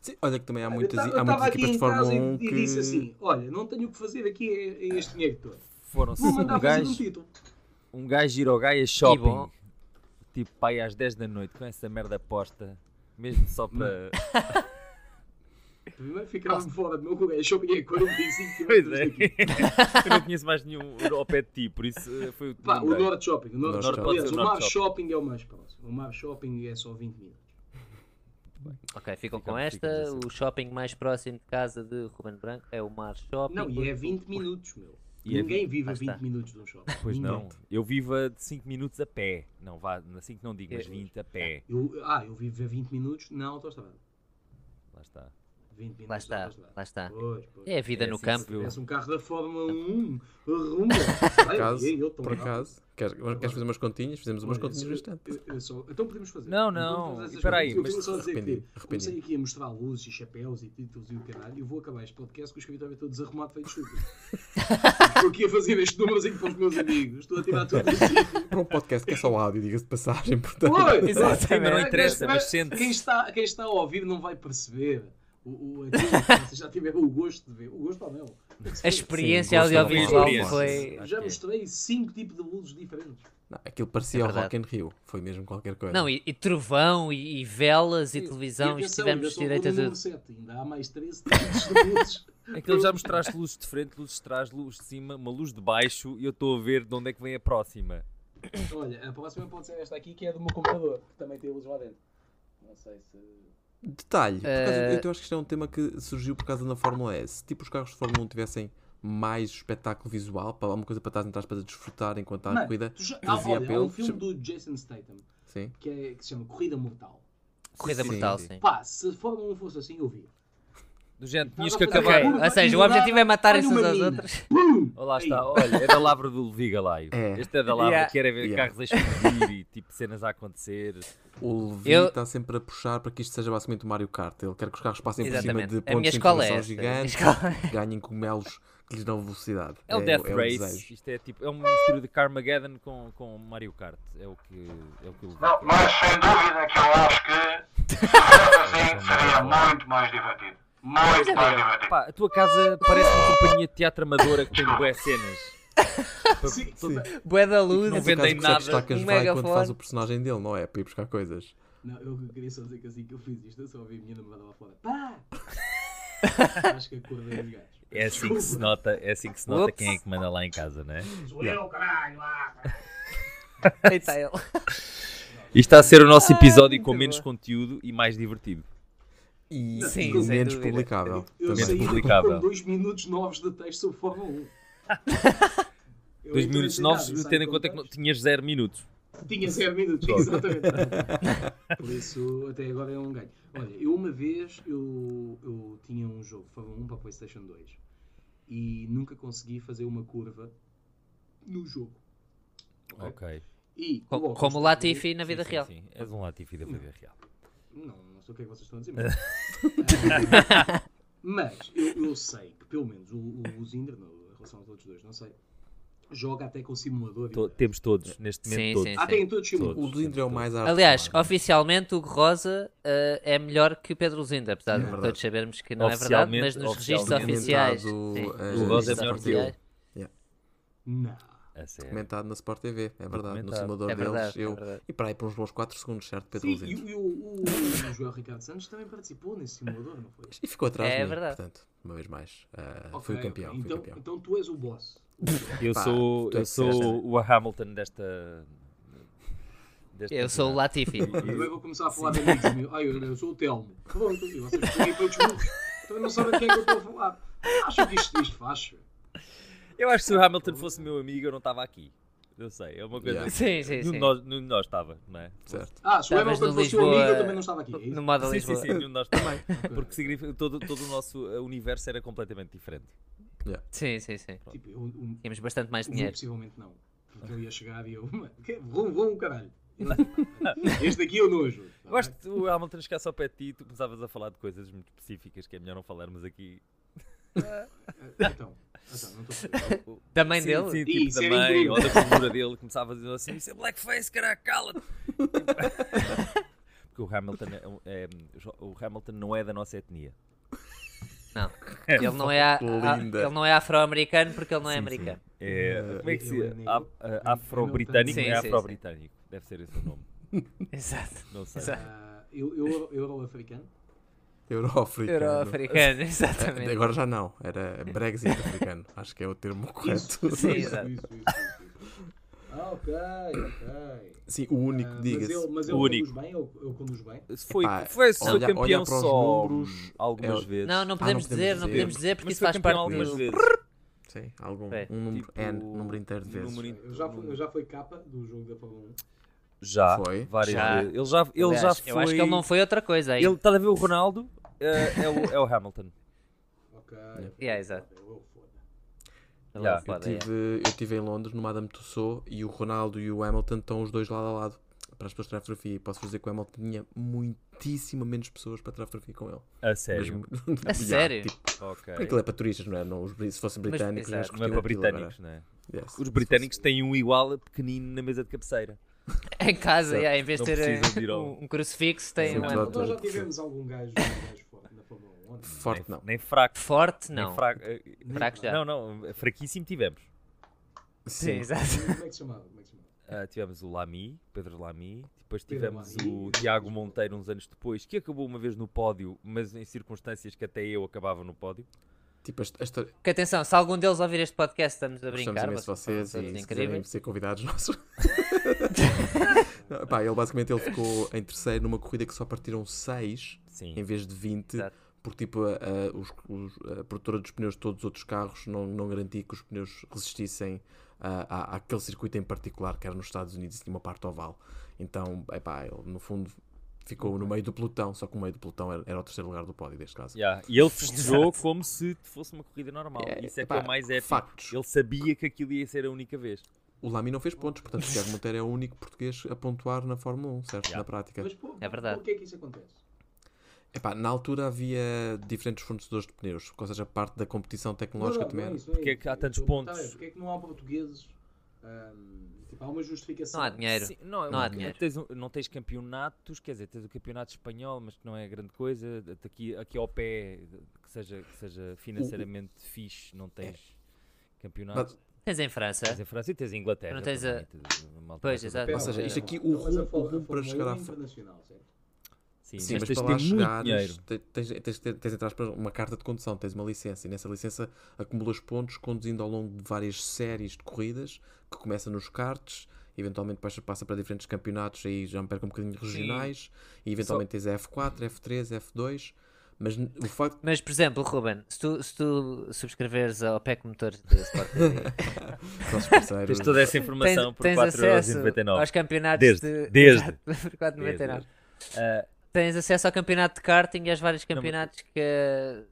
S1: Sim, olha que também há
S4: Eu
S1: muitas,
S4: tava- eu
S1: há muitas
S4: tava aqui
S1: equipas de
S4: em casa
S1: Fórmula
S4: e-
S1: 1
S4: e,
S1: que.
S4: disse assim: olha, não tenho o que fazer aqui é, é este dinheiro todo.
S3: Foram
S4: Vou mandar
S3: um
S4: fazer um
S3: gajo,
S4: título.
S3: um gajo ir ao Gaia Shopping, tipo pai às 10 da noite, com essa merda posta, mesmo só para...
S4: Primeiro ficava-me fora do meu colégio, eu peguei 45
S3: Pois
S4: km
S3: é.
S4: daqui.
S3: eu não conheço mais nenhum ao pé de ti, por isso eh, foi o que
S4: Pá, o
S3: lembrei.
S4: Norte Shopping. O Norte,
S1: Norte
S4: Shopping.
S1: Shopping.
S4: Aliás, o
S3: Norte
S4: Mar Shopping é o mais próximo. O Mar Shopping é só 20 minutos.
S2: Ok, ficam
S3: Ficam-
S2: com esta.
S3: ficamos assim.
S2: O shopping mais próximo de casa de Ruben Branco é o Mar Shopping.
S4: Não, e é 20 minutos, meu.
S3: E é
S4: Ninguém vive a
S2: Ah, está.
S4: 20 minutos de um shopping.
S3: Pois não,
S4: Ninguém.
S3: eu vivo a de 5 minutos a pé. Não, vá, 5 não digo, mas
S2: É.
S3: 20 a pé.
S4: Eu, ah, eu vivo a 20 minutos na autostrada.
S3: Lá está.
S4: 20 minutos.
S2: Lá está,
S4: horas, lá.
S2: lá está.
S4: Pois, pois.
S2: É a vida
S3: É
S2: no
S3: assim que se
S2: campo.
S3: viu.
S4: Parece um carro da Fórmula 1. Rumba.
S1: Por acaso,
S4: Ai, é, eu tão
S1: por
S4: bravo.
S1: acaso queres, queres fazer umas continhas? Fizemos umas
S4: Olha, é
S1: continhas no
S4: eu-
S1: instante.
S4: eu- eu só- Então podemos fazer.
S3: Não,
S4: Então
S3: não,
S4: todas essas
S3: espera aí,
S4: coisas. Eu
S3: mas-
S4: queria só dizer que
S1: Arrependi, arrependi.
S4: Comecei aqui a mostrar luzes e chapéus e títulos e o caralho. E eu vou acabar este podcast com o escritório todo desarrumado feito chuva. Estou aqui a fazer este númerozinho para os meus amigos. Estou a tirar tudo isso.
S1: Para um podcast que é só áudio, diga-se de passagem, portanto.
S4: Oi!
S3: Exato,
S4: Oi,
S3: não interessa, mas sente-se.
S4: Quem está, quem está a ouvir não vai perceber. O, o, aquilo que vocês já tiveram o gosto de ver. O gosto ou não.
S2: A experiência
S1: gosto da
S2: audiovisual
S3: experiência.
S2: foi.
S4: Já
S3: Ok.
S4: mostrei cinco tipos de luzes diferentes.
S1: Não, aquilo
S2: É
S1: parecia ao
S2: verdade.
S1: Rock in Rio. Foi mesmo qualquer coisa.
S2: Não, e, e trovão, e, e velas, e televisão,
S4: E
S2: isto
S4: atenção,
S2: tivemos
S4: ainda
S2: direito a
S4: sou o número
S2: tudo.
S4: sete, Ainda há mais 13 tipos de luzes.
S3: Aquilo É já mostraste luzes de frente, luzes de trás, luz de cima, uma luz de baixo e eu estou a ver de onde é que vem a próxima.
S4: Olha, a próxima pode ser esta aqui, que é do meu computador, que também tem luz lá dentro. Não sei se.
S1: Detalhe, por causa-
S2: Eh,
S1: eu acho que isto é um tema que surgiu por causa da Fórmula S. Tipo, os carros de Fórmula 1 tivessem mais espetáculo visual, para alguma coisa para estás entrar para desfrutar enquanto há a corrida.
S4: tu já... ah,
S1: fazia
S4: olha, há
S1: apelo.
S4: um filme do Jason Statham
S1: Sim.
S4: que, é, que se chama Corrida Mortal.
S2: Corrida
S1: Sim,
S2: mortal,
S1: sim.
S2: sim.
S4: Pá, se a Fórmula 1 fosse assim, eu via.
S3: Do género, tinhas que
S4: Estava a fazer
S3: acabar.
S4: uma curva
S2: Ou seja, o
S4: e
S2: objetivo
S4: dá-
S2: é matar
S4: olha
S2: essas
S4: uma
S2: às
S4: mina.
S2: outras.
S4: Bum!
S3: Oh, lá
S4: Aí.
S3: está, olha, é da Lavra do Levi Galaio.
S1: É.
S3: Este é da Lavra,
S2: Yeah.
S3: que era ver
S1: Yeah.
S3: carros a explodir e tipo cenas a acontecer.
S1: O Levi
S2: Eu-
S1: está sempre a puxar para que isto seja basicamente o Mario Kart. Ele quer que os carros passem por
S2: Exatamente.
S1: cima de
S2: A minha
S1: pontos de
S2: escola é esta.
S1: interrogação
S2: A minha
S1: gigantes,
S2: escola é
S1: ganhem cogumelos que lhes dão velocidade.
S3: É o Death
S1: é
S3: Race.
S1: desejo.
S3: Isto é tipo, é uma mistura de Carmageddon com, com Mario Kart. É o que, é o que eu
S5: Não, mas sem dúvida que eu acho que se fosse assim seria muito mais divertido. Muito mais divertido.
S3: Pá, a tua casa parece uma companhia de teatro amadora que tem boas cenas.
S4: Sim, sim.
S2: Bué da
S1: Mas
S2: luz.
S1: o
S3: vendem
S1: caso que
S3: nada,
S1: Sérgio Estacas
S2: um
S1: vai quando
S2: megafone.
S1: faz o personagem dele, não é? Para ir buscar coisas.
S4: Não, eu queria só dizer que assim que eu fiz isto, eu só ouvi a minha namorada lá fora. Pá! Acho que acordei os gajos.
S3: É assim que se nota, é assim que se nota
S2: Ups.
S3: quem é que manda lá em casa, não é?
S5: Sou eu, caralho, ah, caralho.
S2: Eita, ele.
S3: Isto está a ser o nosso episódio
S2: muito
S3: com menos
S2: boa.
S3: conteúdo e mais divertido.
S1: E,
S2: Sim,
S1: e
S2: sem
S1: menos
S2: dúvida.
S1: publicável.
S4: Eu
S1: Também.
S4: saí
S3: é publicável.
S4: com dois minutos novos de texto sobre Fórmula 1. Eu
S3: Dois
S4: entrei
S3: minutos
S4: sem
S3: novos,
S4: nada, eu saí
S3: tendo em
S4: com
S3: conta que não-
S4: texto.
S3: tinhas zero minutos.
S4: Tinha 0 minutos, exatamente. Por isso, até agora é um ganho. Olha, eu uma vez eu, eu tinha um jogo, Fórmula 1 para a PlayStation 2, e nunca consegui fazer uma curva no jogo. Ok.
S3: Ok.
S4: E,
S2: Co-
S4: coloco
S2: Como o
S4: os
S2: Latifi na vida
S3: Sim,
S2: real.
S3: Sim, sim. És um Latifi da vida real.
S4: Não, não sei o que é que vocês estão a dizer. Mas, Ah, mas eu, eu sei que, pelo menos, o, o Zindra, no- em relação aos outros dois, não sei, joga até com o simulador.
S3: To- temos todos, neste momento
S2: Sim,
S3: todos.
S2: sim,
S4: Ah, tem em todos os simuladores.
S1: O do Indra é o mais arte.
S2: Aliás, oficialmente, Hugo Rosa eh, é melhor que Pedro Zinda, apesar de
S1: verdade.
S2: todos sabermos que não é verdade, mas
S3: Oficialmente-
S2: nos registros
S3: oficialmente.
S2: oficiais.
S1: Documentado,
S2: Sim,
S1: eh,
S2: nos
S3: O Rosa é
S2: registros
S3: melhor que eu.
S2: oficiais.
S4: Não.
S3: A sério.
S1: Comentado na Sport TV, é verdade. No
S3: Documentado.
S1: simulador
S2: É verdade,
S1: deles,
S2: é
S1: eu.
S2: verdade.
S1: E para aí, por uns bons 4 segundos, certo, Pedro
S4: Sim, e,
S1: Luzindo?
S4: o, o, o Joel Ricardo Santos também participou nesse simulador, não foi?
S1: E ficou atrás,
S2: É
S1: de mim,
S2: verdade.
S1: portanto, uma vez mais. ah,
S4: Ok,
S1: fui o campeão, fui
S4: ok.
S1: o
S4: então,
S1: campeão.
S4: então tu és o boss.
S3: Eu
S1: Pá,
S3: sou,
S1: tu
S3: eu
S1: és certo.
S3: sou o Hamilton desta. desta
S2: Eu sou o
S3: cidade.
S2: Latifi.
S4: Agora vou começar a falar de amigos meus. Ai, eu, eu sou o Telmo. Tá Pronto, e vocês estão aí todos burros. Então não sabem de quem é que eu estou a falar. Acham que isto, isto faz?
S3: Eu acho que se o Hamilton fosse meu amigo, eu não estava aqui. Eu sei, é uma coisa.
S1: Yeah.
S3: que
S2: Sim, sim, sim.
S3: Nenhum de nós- nenhum de nós estava, não é?
S1: Certo.
S4: Ah, se o
S2: Talvez
S4: Hamilton
S2: no
S4: fosse o amigo, eu
S2: Lisboa-
S4: também não estava aqui. é isso?
S2: No modo
S3: Sim, sim,
S2: Lisboa.
S3: sim, nenhum de nós também. Porque significa- todo, todo o nosso eh, universo era completamente diferente.
S2: Sim, sim, sim.
S4: Tipo, eu, um,
S2: Tínhamos bastante mais
S4: um,
S2: dinheiro. Ah.
S4: possivelmente não. Porque eu ia chegar e eu. Que- Vou, vou, um caralho. Este aqui eu não ajudo. tá
S3: Eu acho que o Hamilton chegasse ao pé de ti e tu começavas a falar de coisas muito específicas que é melhor não falarmos aqui.
S4: bem? Então, então, não estou a perceber.
S2: Da mãe
S3: sim,
S2: dele?
S3: Sim,
S4: Ih,
S3: tipo
S4: isso
S3: da
S4: era
S3: mãe
S4: incrível.
S3: ou da cultura dele. Começavas a dizer assim: Isso é blackface, caraca, cala-te. Porque o Hamilton, é um- é, um- o Hamilton não é da nossa etnia.
S2: Não. Ele não é, a- a-
S1: Linda.
S2: ele não é afro-americano porque ele não é americano.
S3: É, como é que se
S4: Ele é
S3: diz?
S4: negro.
S3: A- a- Afro-britânico?
S2: Sim,
S3: é
S2: sim,
S3: afro-britânico. Deve ser esse o nome.
S2: Exato.
S3: Não sei.
S2: Exato.
S4: Ah, eu, eu, eu era o africano.
S1: Euro-africano.
S2: Euro-africano, exatamente.
S1: Agora já não, era Brexit africano. Acho que é o termo correto.
S2: Sim, exato.
S4: Isso, isso, isso, isso. Ah, ok, ok.
S1: Sim, o único,
S4: Ah, mas
S1: diga-se.
S4: ele, mas
S3: O
S4: ele
S3: único.
S4: conduz bem? Eu, eu conduzo bem?
S3: Se Foi,
S1: Epá,
S3: foi, se foi
S1: olha-
S3: campeão
S1: olha para os
S3: só
S1: números,
S3: algumas
S1: é-
S3: vezes.
S2: Não, não podemos
S1: Ah, não podemos
S2: dizer, não
S1: dizer.
S2: podemos dizer porque
S3: Mas
S2: isso
S3: foi
S2: faz
S3: campeão
S2: parte
S3: algumas
S2: do...
S3: vezes.
S1: Sim, algum.
S2: É,
S1: Um número,
S3: tipo,
S1: N, número inteiro
S4: um
S1: de vezes.
S3: número in-
S4: Eu já fui, eu já fui capa do jogo da Fórmula 1.
S3: Já,
S1: Foi.
S3: várias
S2: Já.
S3: vezes. Ele já, ele
S2: Aliás,
S3: já foi.
S2: Eu acho que ele não foi outra coisa aí.
S3: Ele está a ver o Ronaldo, eh, é, o, é o Hamilton.
S4: Ok.
S2: Yeah, É, exato.
S4: Eu, foda.
S2: Ele
S3: Yeah.
S2: é
S1: Eu
S2: foda, yeah.
S1: estive tive em Londres, no Madame Tussauds, e o Ronaldo e o Hamilton estão os dois lado a lado para as pessoas tirar fotografia. E posso dizer que o Hamilton tinha muitíssimo menos pessoas para tirar fotografia com ele.
S3: A sério.
S1: Mesmo- Yeah,
S2: sério?
S1: tipo,
S3: Ok.
S1: aquilo é para turistas, não é? Não, os bri- se fossem
S2: Mas,
S1: britânicos,
S2: exato,
S1: eles
S3: Não é
S1: curtiam
S3: para
S1: aquilo,
S3: britânicos,
S1: agora.
S3: não é?
S1: Yes.
S3: Os britânicos têm um igual pequenino na mesa de cabeceira.
S2: Em casa, yeah, em vez de
S3: Não
S2: ter
S3: precisam de ir
S2: eh,
S3: ao-
S2: um, um crucifixo, tem
S1: Sim,
S2: um
S1: exato.
S2: ano
S4: Então, Nós já
S1: Sim.
S4: tivemos algum gajo, um gajo forte na Fórmula 1. ou não?
S1: Forte
S3: nem,
S1: não.
S3: nem fraco.
S2: forte,
S3: nem
S2: não.
S3: fraco. eh, nem-
S2: Fraco já.
S3: Não, não. Fraquíssimo tivemos.
S2: Sim,
S1: Sim.
S2: exato.
S4: Como é que se chamava? Como é que se chamava?
S3: Ah, tivemos o Lami, Pedro Lami, depois
S4: Pedro
S3: tivemos
S4: Lamy.
S3: o Tiago Monteiro uns anos depois, que acabou uma vez no pódio, mas em circunstâncias que até eu acabava no pódio.
S1: Tipo, esta, esta,
S2: Porque atenção, se algum deles ouvir este podcast, estamos a
S1: gostamos
S2: brincar.
S1: imenso de vocês
S2: são todos
S1: e se quiserem
S2: incríveis.
S1: ser convidados nossos. Não, pá, ele basicamente ele ficou em terceiro numa corrida que só partiram 6
S3: Sim.
S1: em vez de 20,
S2: Exato.
S1: porque tipo, a, a- os- os- a produtora dos pneus de todos os outros carros não, não garantia que os pneus resistissem ah, à- àquele circuito em particular que era nos Estados Unidos e tinha uma parte oval. Então, epá, ele no fundo ficou no meio do pelotão, só que o meio do pelotão era, era o terceiro lugar do pódio, neste caso.
S3: Yeah, E ele festejou como se fosse uma corrida normal.
S1: Yeah,
S3: Isso é que
S1: pá,
S3: é o mais épico.
S1: factos.
S3: Ele sabia que aquilo ia ser a única vez.
S1: O Lamy não fez pontos, portanto, o Tiago Monteiro é o único português a pontuar na Fórmula 1, certo? Na prática.
S4: Mas pô,
S2: É verdade.
S4: porquê é que isso acontece?
S1: Epá, na altura havia diferentes fornecedores de pneus, ou seja, parte da competição tecnológica também. era.
S4: isso,
S3: Porque é que há
S4: Eu
S3: tantos
S4: estou a perguntar,
S3: pontos?
S4: é, Porque é que não há portugueses? Ahm, tipo, há uma justificação.
S2: Não há dinheiro.
S3: Sim, não, é
S2: Não há
S3: porque
S2: dinheiro.
S3: Tens um- não tens campeonatos, quer dizer, tens o campeonato espanhol, mas que não é grande coisa. Aqui, aqui ao pé, que seja, que seja financeiramente fixe, não tens
S2: É.
S3: campeonatos.
S2: Tens em França.
S3: Tens em França e tens em Inglaterra.
S2: Não tens
S3: também,
S2: a-
S3: tens a malta
S2: Pois,
S3: toda.
S2: exato.
S1: Ou seja,
S4: Não,
S1: isto
S4: não,
S1: aqui,
S4: não.
S1: o
S4: Não, mas a
S1: rumo,
S4: Fó-
S1: o rumo
S4: a
S1: para
S4: Fórmula
S1: chegar
S4: 1
S1: à
S4: é
S1: Fórmula
S4: internacional, certo?
S3: Sim,
S1: Sim,
S3: mas,
S1: mas,
S3: tens de
S1: para lá
S3: ter muito
S1: chegares,
S3: dinheiro.
S1: te- tens, tens, tens, tens, entre aspas, uma carta de condução, tens uma licença, e nessa licença acumulas pontos conduzindo ao longo de várias séries de corridas, que começa nos karts, eventualmente passa, passa para diferentes campeonatos, aí já me perco um bocadinho regionais, e eventualmente tens a F4, F3, F2, mas n- o facto
S2: Mas, por exemplo, Ruben, se tu, se tu subscreveres ao PEC Motor de Sport TV,
S1: de nossos parceiros...
S3: Tens toda essa
S2: tens,
S3: informação por
S2: tens acesso é
S3: 4,99€.
S2: aos campeonatos
S3: Desde-
S2: de...
S3: desde-
S2: Exato, por 4,99.
S3: Ah,
S2: Tens acesso ao campeonato de karting e aos vários campeonatos que...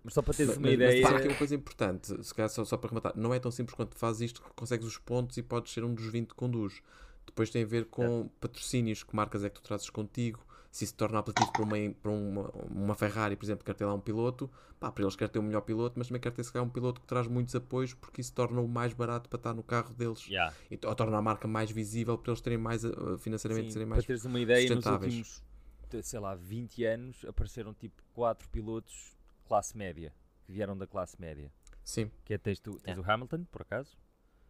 S3: mas só para teres
S1: Mas,
S3: uma
S1: mas, mas
S3: ideia.
S1: repara que é uma coisa importante, se calhar só, só para rematar, não é tão simples quanto fazes isto que consegues os pontos e podes ser um dos 20 que conduz. Depois tem a ver com patrocínios, que marcas é que tu trazes contigo, se isso torna apelativo para uma, para uma, uma Ferrari, por exemplo, quer ter lá um piloto, pá, para eles quer ter o melhor piloto, mas também quer ter se calhar um piloto que traz muitos apoios porque isso torna-o mais barato para estar no carro deles.
S3: Yeah.
S1: E, ou torna a marca mais visível para eles terem mais, eh, financeiramente,
S3: Sim,
S1: serem
S3: para
S1: mais...
S3: teres uma ideia, nos
S1: sustentáveis.
S3: últimos, te- sei lá, 20 anos apareceram tipo 4 pilotos de classe média, que vieram da classe média.
S1: Sim,
S3: Que é, tens, tu, tens o Hamilton, por acaso,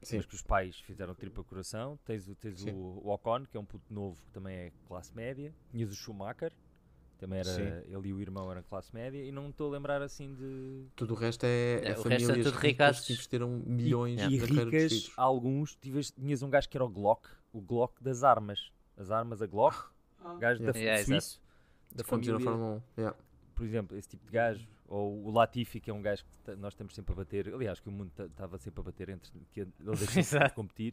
S1: sim.
S3: mas que os pais fizeram tripla coração. Tens, o, tens
S1: Sim.
S3: o, o Ocon, que é um puto novo, que também é classe média. Tinhas o Schumacher, também era,
S1: Sim.
S3: ele e o irmão eram classe média. E não me estou a lembrar assim de,
S1: Tudo o resto é,
S2: É,
S1: é
S2: o resto é
S1: famílias
S2: tudo
S1: ricas
S2: ricaços.
S1: que investiram
S3: E-
S1: milhões
S3: e,
S1: na carreira dos
S3: ricas,
S1: filhos.
S3: alguns, tiveste, tinhas um gajo que era o Glock, o Glock das armas. As armas, a Glock,
S4: Ah.
S3: gajo da
S2: Yeah,
S3: yeah,
S2: exato.
S3: suíço, da
S1: Conduzir na
S3: família,
S1: Fórmula É, 1. yeah.
S3: por exemplo, esse tipo de gajo, ou o Latifi, que é um gajo que ta- nós estamos sempre a bater, aliás, que o mundo estava sempre a bater entre que ele deixou sempre de
S2: Exato.
S3: competir,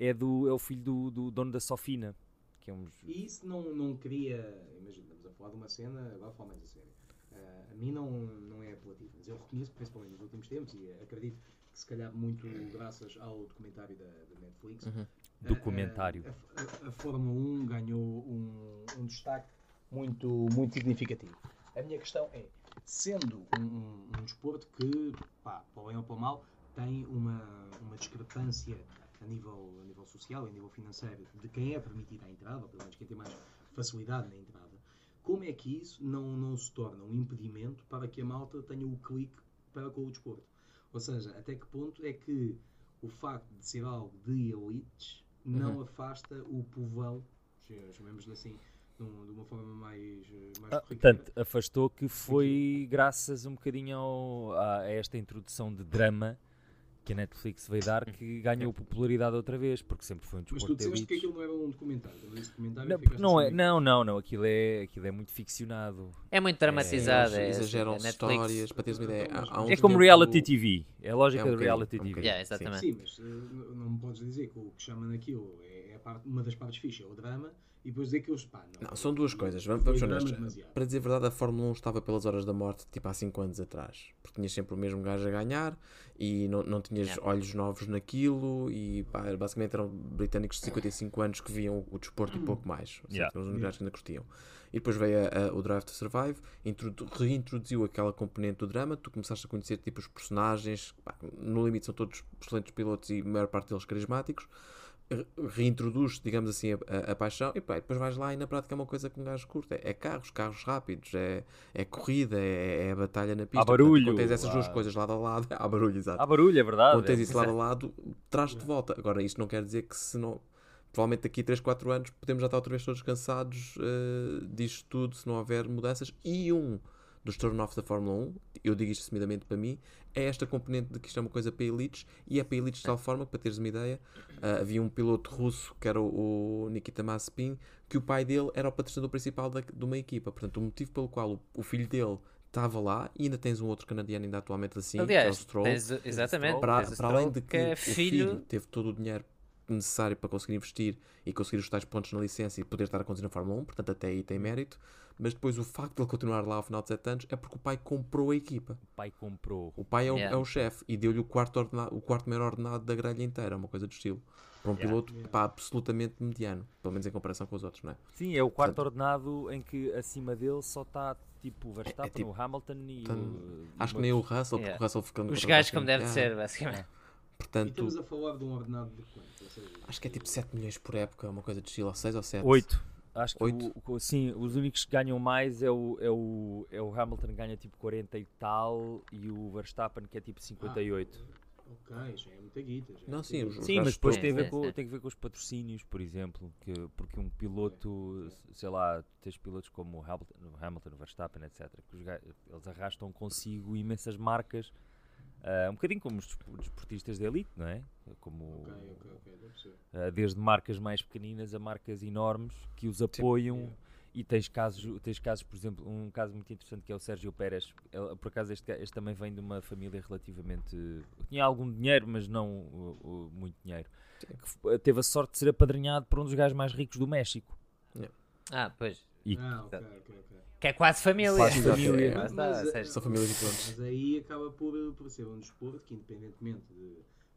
S3: é, do, é o filho do, do dono da Sofina, que é um...
S4: E isso não, não cria. Imagina, estamos a falar de uma cena, agora falo mais a sério. Ah, a mim não, não é apelativo, mas eu reconheço, principalmente nos últimos tempos, e acredito que se calhar muito graças ao documentário da, da Netflix.
S1: Uhum.
S4: ah, ah,
S3: Documentário.
S4: É, A, a- a Fórmula 1 ganhou um, um destaque muito, muito significativo. A minha questão é, sendo um, um- um desporto que, pá, para o bem ou para o mal, tem uma, uma discrepância a nível, a nível social e a nível financeiro de quem é permitido a entrada, ou pelo menos quem tem mais facilidade na entrada, como é que isso não, não se torna um impedimento para que a malta tenha o clique para com o desporto? Ou seja, até que ponto é que o facto de ser algo de elites não afasta o povão, chamemos-lhe assim, num- de uma forma mais, eh, mais
S3: Ah,
S4: corriqueira?
S3: Portanto, afastou que foi graças um bocadinho ao- a, a esta introdução de drama que a Netflix veio dar que ganhou popularidade outra vez, porque sempre foi um
S4: Mas
S3: desporto
S4: tu
S3: de
S4: disseste que
S3: elites.
S4: aquilo não era um documentário. Quando eu disse documentário,
S3: Não,
S4: ficaste
S3: não,
S4: assim
S3: é,
S4: meio-
S3: não, não, não, aquilo é, aquilo é muito ficcionado.
S2: É muito dramatizado.
S1: Eles
S2: é, é
S1: exageram
S2: Netflix.
S1: histórias, para teres uma ideia. há- há uns
S3: É como
S1: tempos
S3: reality
S1: o-
S3: TV, é a lógica
S1: É um
S3: do reality
S1: bocadinho, é um
S3: TV.
S1: bocadinho.
S2: Yeah, exatamente.
S4: Sim, mas eh, n- não me podes dizer que o que chamam naquilo é, é parte, uma das partes fixe é o drama, e depois dizer que eles, pá, não.
S1: Não, são duas coisas, vamos, vamos ser
S4: Foi drama
S1: honestos.
S4: demasiado.
S1: Para dizer a verdade, a Fórmula 1 estava pelas horas da morte, tipo há 5 anos atrás. Porque tinhas sempre o mesmo gajo a ganhar e não, não tinhas olhos novos naquilo. E pá, era- basicamente eram britânicos de 55 anos que viam o, o desporto e pouco mais. Ou seja,
S3: Uhum. Yeah.
S1: eram os únicos gajos que ainda curtiam. E depois veio a- a- o Drive to Survive, introdu- reintroduziu aquela componente do drama. Tu começaste a conhecer tipo os personagens, pá, no limite são todos excelentes pilotos e a maior parte deles carismáticos re- reintroduz, digamos assim, a, a- a paixão e pá, e depois vais lá e na prática é uma coisa que um gajo curta. É carros, carros rápidos, é, é corrida, é, é batalha na pista. Portanto,
S3: barulho,
S1: Quando tens essas duas
S3: há-
S1: coisas lado a lado, há barulho,
S3: Há
S1: exato.
S3: barulho, é verdade.
S1: Quando tens
S3: é.
S1: isso lado a lado, traz de volta. Agora, isto não quer dizer que se não. Provavelmente daqui a 3, 4 anos podemos já estar outra vez todos cansados eh, disto tudo, se não houver mudanças. E um dos turn-offs da Fórmula 1, eu digo isto sumidamente para mim, é esta componente de que isto é uma coisa para elites, e é para elites de tal forma que, para teres uma ideia, ah, havia um piloto russo, que era o, o Nikita Mazepin, que o pai dele era o patrocinador principal da- de uma equipa. Portanto, o motivo pelo qual o, o filho dele estava lá, e ainda tens um outro canadiano ainda atualmente assim, que é o
S2: Aliás,
S1: Stroll,
S2: tens- exatamente.
S1: para,
S2: tens o
S1: para além
S2: Stroll,
S1: de que,
S2: é
S1: o filho
S2: filho.
S1: teve todo o dinheiro necessário para conseguir investir e conseguir os tais pontos na licença e poder estar a conduzir na Fórmula 1, portanto até aí tem
S2: Hum.
S1: mérito, mas depois o facto de ele continuar lá ao final de 7 anos é porque o pai comprou a equipa.
S3: O pai comprou.
S1: O pai é o,
S2: Yeah.
S1: é o chefe e deu-lhe o quarto, ordena- o quarto maior ordenado da grelha inteira, uma coisa do estilo. Para um piloto pá, absolutamente mediano, pelo menos em comparação com os outros, não é?
S3: Sim, é o quarto ordenado em que acima dele só está tipo o Verstappen,
S1: tipo-
S3: o Hamilton e o.
S1: Acho que nem o Russell, porque
S2: Yeah.
S1: o Russell ficando
S2: Os gajos, como deve
S1: é.
S2: ser, basicamente.
S4: E estamos
S1: Portanto,
S4: a falar de um ordenado de quanto? Ou seja,
S1: acho que é tipo 7 milhões por época, uma coisa do estilo, ou 6 ou 7.
S3: 8. Acho que
S1: Oito.
S3: o- o- sim, os únicos que ganham mais é o, é, o, é o Hamilton que ganha tipo 40 e tal e o Verstappen que é tipo 58.
S4: ok, já é muita guita. Já é
S1: Não,
S4: muita
S1: sim,
S4: guita.
S1: os os
S3: Sim, mas
S1: gajos
S3: depois
S1: todos,
S3: tem a,
S1: né?
S3: ver
S2: sim,
S3: com,
S2: sim.
S3: tem a ver com os patrocínios, por exemplo, que, porque um piloto, sei lá, tens pilotos como o Hamilton, o Hamilton, o Verstappen, etc., que os ga- eles arrastam consigo imensas marcas, ah, um bocadinho como os despo- desportistas de elite, não é? Como
S4: Ok, ok, ok, deve ser.
S3: ah, desde marcas mais pequeninas a marcas enormes que os apoiam e tens casos, tens casos, por exemplo, um caso muito interessante que é o Sérgio Pérez. Ele- por acaso este, ca- este também vem de uma família relativamente tinha algum dinheiro, mas não uh, uh, muito dinheiro. Que f- eh, teve a sorte de ser apadrinhado por um dos gajos mais ricos do México.
S2: Ah, pois.
S3: E
S4: Ah, ok, ok, ok.
S2: Que é quase família.
S1: Quase família.
S2: Lá está,
S4: Mas,
S2: ou
S4: eh,
S3: é,
S2: seja,
S1: ah, São famílias diferentes.
S4: Mas aí acaba por, por ser um desporto que, independentemente de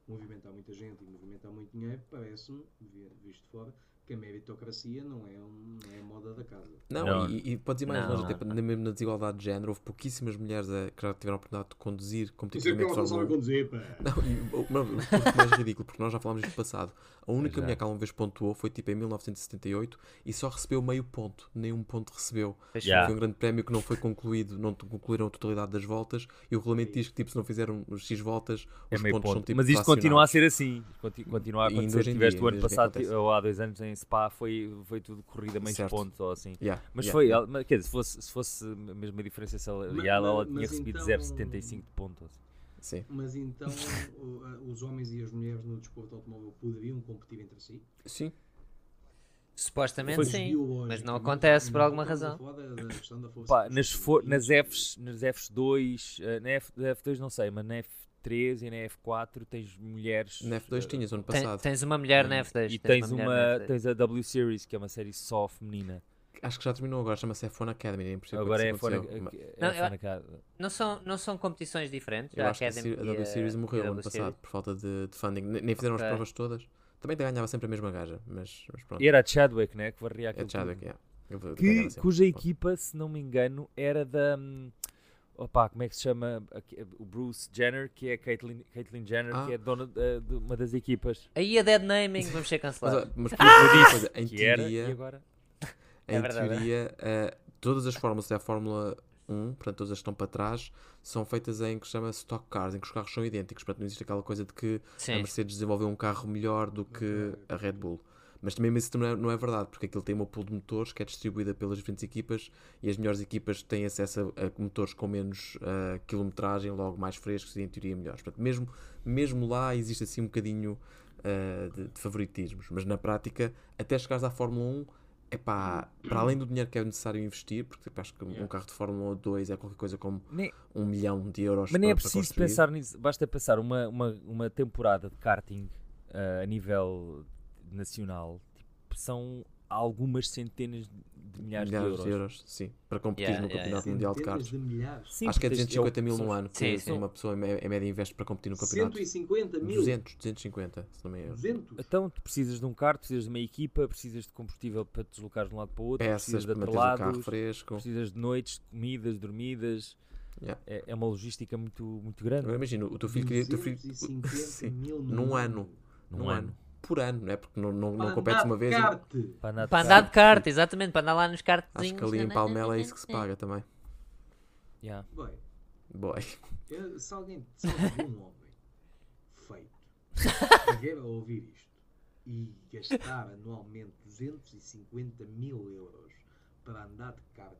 S4: movimentar muita gente e movimentar muito dinheiro, parece-me, vi- visto de fora, que a meritocracia não é, um, não é a moda da casa.
S1: Não,
S3: Não.
S1: E, e podes ir mais
S2: Não,
S1: longe,
S2: não,
S1: até na- mesmo na desigualdade de género, houve pouquíssimas mulheres a, que já tiveram a oportunidade de conduzir
S4: Isso é porque
S1: competitivamente
S4: elas não
S1: Fórmula
S4: sabem
S1: 1.
S4: conduzir, pá.
S1: Não, e o- não, o ponto mais ridículo, porque nós já falámos isto no passado. A única
S3: já.
S1: mulher que alguma vez pontuou foi tipo em 1978 e só recebeu meio ponto, nenhum ponto recebeu.
S3: Yeah.
S1: Foi um grande prémio que não foi concluído, não te- concluíram a totalidade das voltas e o regulamento diz que tipo, se não fizeram os X voltas,
S3: é
S1: os
S3: meio
S1: pontos
S3: ponto.
S1: são tipo.
S3: mas isto continua a
S1: fracionados.
S3: ser assim. Conti- Continua a
S1: E ainda
S3: acontecer.
S1: hoje em
S3: Tiveste
S1: dia,
S3: o ano
S1: ainda hoje em
S3: passado,
S1: dia acontece.
S3: ou há dois anos em Spa, foi, foi tudo corrida meio
S1: Certo.
S3: pontos ou assim.
S1: Yeah,
S3: Mas
S1: yeah.
S3: foi, ela- mas, quer dizer, se fosse, se fosse a mesma diferença salarial,
S4: ma-
S3: ela tinha
S4: mas
S3: recebido
S4: então-
S3: 0,75 de ponto. assim.
S1: Sim.
S4: Mas então o- a- os homens e as mulheres no desporto automóvel poderiam competir entre si?
S1: Sim.
S2: Supostamente
S3: Foi
S2: sim.
S4: Biológico, é?
S2: Mas
S3: é?
S2: não acontece por alguma
S4: estamos a
S2: razão.
S4: falar da- da questão da força
S3: Pá, nas, fo-
S4: bruta.
S3: nas, Fs, nas Fs2, eh, na F, na F2 não sei, mas na F3 e na F4 tens mulheres.
S1: Na F2
S3: eh,
S1: tinhas ano
S2: Ten-
S1: passado.
S2: tens uma mulher na F2.
S3: É. E tens,
S2: mulher é,
S3: uma,
S2: na F2.
S3: tens a W Series, que é uma série só feminina.
S1: Acho que já terminou agora, chama-se F1 Academy. nem percebo como
S3: Agora
S1: que
S3: é
S1: isso
S3: fora.
S1: aconteceu, mas-
S2: Não,
S3: é
S2: eu-
S3: fora cá.
S2: Não são, não são competições diferentes.
S1: Eu
S2: a
S1: acho que a,
S2: Academy
S1: Sir- a
S2: e
S1: W Series
S2: e a
S1: morreu ano
S2: W Series.
S1: passado por falta de, de funding. Ne- Nem fizeram
S2: Ok. é
S1: as provas todas. Também ganhava sempre a mesma gaja, mas, mas pronto.
S3: E era a Chadwick, né? Que varria
S1: É
S3: aquilo.
S1: Chadwick,
S3: tudo.
S1: yeah. Eu vou- ganhava
S3: que,
S1: sempre.
S3: cuja
S1: Pronto.
S3: equipa, se não me engano, era da. hum, Opa, como é que se chama? Aqui- O Bruce Jenner, que é a Caitlyn, Caitlyn Jenner,
S1: Ah.
S3: que é dona eh, de uma das equipas.
S2: Aí a dead naming vamos ser
S1: Mas,
S2: cancelados.
S1: ó, mas por exemplo, uma coisa, é, em
S3: que era, e
S1: teoria,
S3: agora?
S1: em
S2: É verdade, é.
S1: teoria eh, todas as fórmulas da Fórmula 1, portanto, todas as que estão para trás, são feitas em que se chama stock cars, em que os carros são idênticos. Portanto, não existe aquela coisa de que a
S2: Sim.
S1: Mercedes desenvolveu um carro melhor do que a Red Bull. Mas também isso também não é- não é verdade, porque aquilo tem uma pool de motores que é distribuída pelas diferentes equipas e as melhores equipas têm acesso a, a motores com menos ah, quilometragem, logo mais frescos e em teoria melhores. Portanto, mesmo, mesmo lá existe assim um bocadinho ah, de, de favoritismos, mas na prática, até chegares à Fórmula 1, epá, para além do dinheiro que é necessário investir, porque tipo, acho que um carro de Fórmula 2 é qualquer coisa como
S3: Nem-
S1: um milhão de euros
S3: Mas nem é
S1: para- para
S3: preciso
S1: construir.
S3: pensar nisso, basta pensar uma, uma, uma temporada de karting eh, a nível ah, nacional, tipo, são algumas centenas de milhares,
S1: milhares de
S3: euros.
S1: euros, sim, para competir
S2: Yeah,
S1: no
S2: yeah,
S1: Campeonato
S2: yeah.
S1: Mundial de Carros.
S4: É, Centenas de milhares.
S3: Sim,
S1: Acho que é
S3: porque este-
S1: 250 mil
S3: são-
S1: no ano,
S2: Sim,
S1: que
S2: sim.
S1: uma pessoa em me- em média investe para competir no campeonato. Ah,
S4: 150 mil.
S1: 200, 250, se não me engano.
S4: 200.
S3: Então, tu precisas de um carro, precisas de uma equipa, precisas de combustível para te deslocares de um lado para o outro,
S1: Peças
S3: precisas de
S1: É, para manter o carro
S3: atrelados,
S1: fresco.
S3: precisas de noites, de comidas, dormidas.
S1: Yeah. É.
S3: É, é uma logística muito, muito grande.
S1: Agora imagina, o teu filho queria. o Teu filho,
S4: 250
S1: sim,
S4: mil
S1: num ano.
S3: Num
S1: Num
S3: ano.
S1: ano. Por ano, não é? Porque não, não,
S4: Ah,
S1: não competes uma vez. e-
S4: Kart.
S3: Para andar de
S2: Para andar
S3: carro.
S2: de kart, exatamente, para andar lá nos kartzinhos.
S1: Acho que ali em Palmela é isso que se paga também.
S3: Yeah.
S4: Bem,
S1: Boy.
S4: eu- se alguém, se algum homem feito vier a ouvir isto e gastar anualmente 250 mil euros para andar de kart,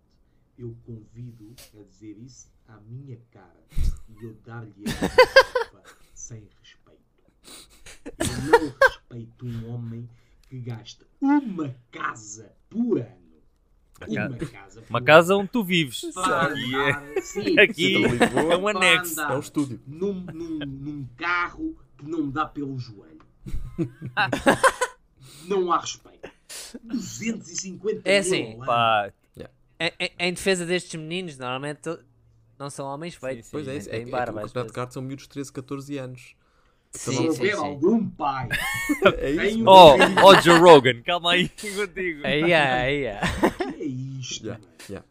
S4: eu convido a dizer isso à minha cara e eu dar-lhe a desculpa sem respeito. Eu não respeito um homem que gasta uma casa por ano.
S3: ca-
S4: Uma casa por
S3: Uma
S4: ano.
S3: casa onde tu vives.
S4: Para
S3: E é-
S4: andar, sim,
S3: Aqui
S1: Centro de Lisboa.
S3: é um anexo.
S4: Para andar
S1: É um estúdio.
S4: Num, num, num carro que não dá pelo joelho. não há respeito. 250
S2: É
S4: mil
S2: assim,
S4: ao ano.
S3: Pá,
S2: Em, em- em defesa destes meninos, normalmente to- não são homens feitos.
S3: Sim,
S1: Pois é,
S2: nem
S1: isso. É,
S2: têm
S1: é que o
S2: barba, às
S1: campeonato de
S2: vezes.
S1: kart são miúdos de 13, 14 anos.
S4: Se
S2: Sim, sim,
S4: houver
S2: sim.
S4: algum pai,
S1: É
S4: tem
S1: isso.
S4: um
S3: Oh,
S4: filho,
S3: oh, Joe Rogan, calma aí
S1: É
S3: contigo.
S2: Aí, é, aí, aí.
S4: que é isto?
S1: Yeah,
S4: mano?
S1: yeah.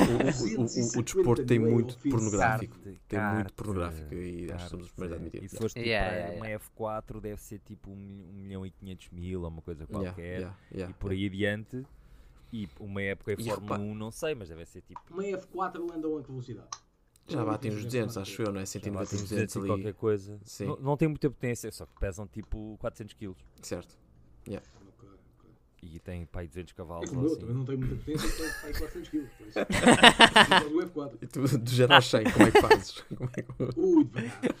S1: O, o- o- o- o desporto tem muito pornográfico. Tem muito
S3: Karte,
S1: pornográfico. E acho
S3: karte.
S1: que somos os primeiros a admitir.
S3: E se fores tipo
S2: Yeah,
S3: para
S2: yeah,
S3: uma F4, deve ser tipo 1 milhão e 500 mil ou uma coisa
S1: Yeah,
S3: qualquer.
S1: yeah, yeah.
S3: E por aí adiante. E uma época em
S1: E
S3: Fórmula
S1: repara-
S3: 1, não sei, mas deve ser tipo.
S4: Uma F4 andam a que velocidade?
S1: Já batem os 200, acho eu, não é?
S3: sei lá,
S1: 190,
S3: 200
S1: 200
S3: e qualquer
S1: ali.
S3: coisa.
S1: Sim.
S3: Não, não tem muita potência, só que pesam tipo 400 kg.
S1: Certo.
S4: Ok, ok.
S3: E tem pai 200
S4: É
S3: cavalos
S4: como
S3: ou
S4: eu, também
S3: assim.
S4: não tenho muita potência, tenho pai 400 quilos. por isso. Tenho o F4.
S1: E tu, do
S3: Ah.
S1: 0 aos 100, como é que fazes? Como é que-
S4: Ui, devagar.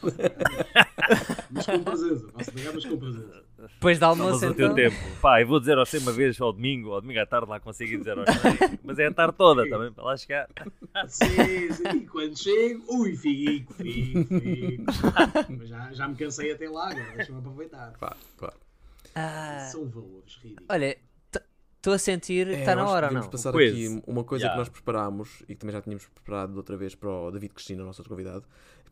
S4: faço devagar, Mas com presença, faço devagar, mas com presença.
S2: Depois de
S3: Mas
S2: almoço,
S3: o teu
S2: então.
S3: tempo. Pá, eu vou dizer ao 100 uma vez ao domingo, ao domingo à tarde lá consegui dizer ao 100. Mas é a tarde toda também, para lá chegar.
S4: Sim, sim, e quando chego, ui, fico, fico, fico. Mas já, já me cansei até lá, agora deixa-me aproveitar.
S1: Claro, claro.
S2: Ah,
S4: São valores ridículos.
S2: olha, estou a sentir que
S1: É,
S2: está na
S1: nós
S2: hora, ou
S1: podemos
S2: não?
S1: passar
S3: Pois.
S1: aqui uma coisa
S3: Yeah.
S1: que nós preparámos e que também já tínhamos preparado outra vez para o David Cristina, o nosso outro convidado.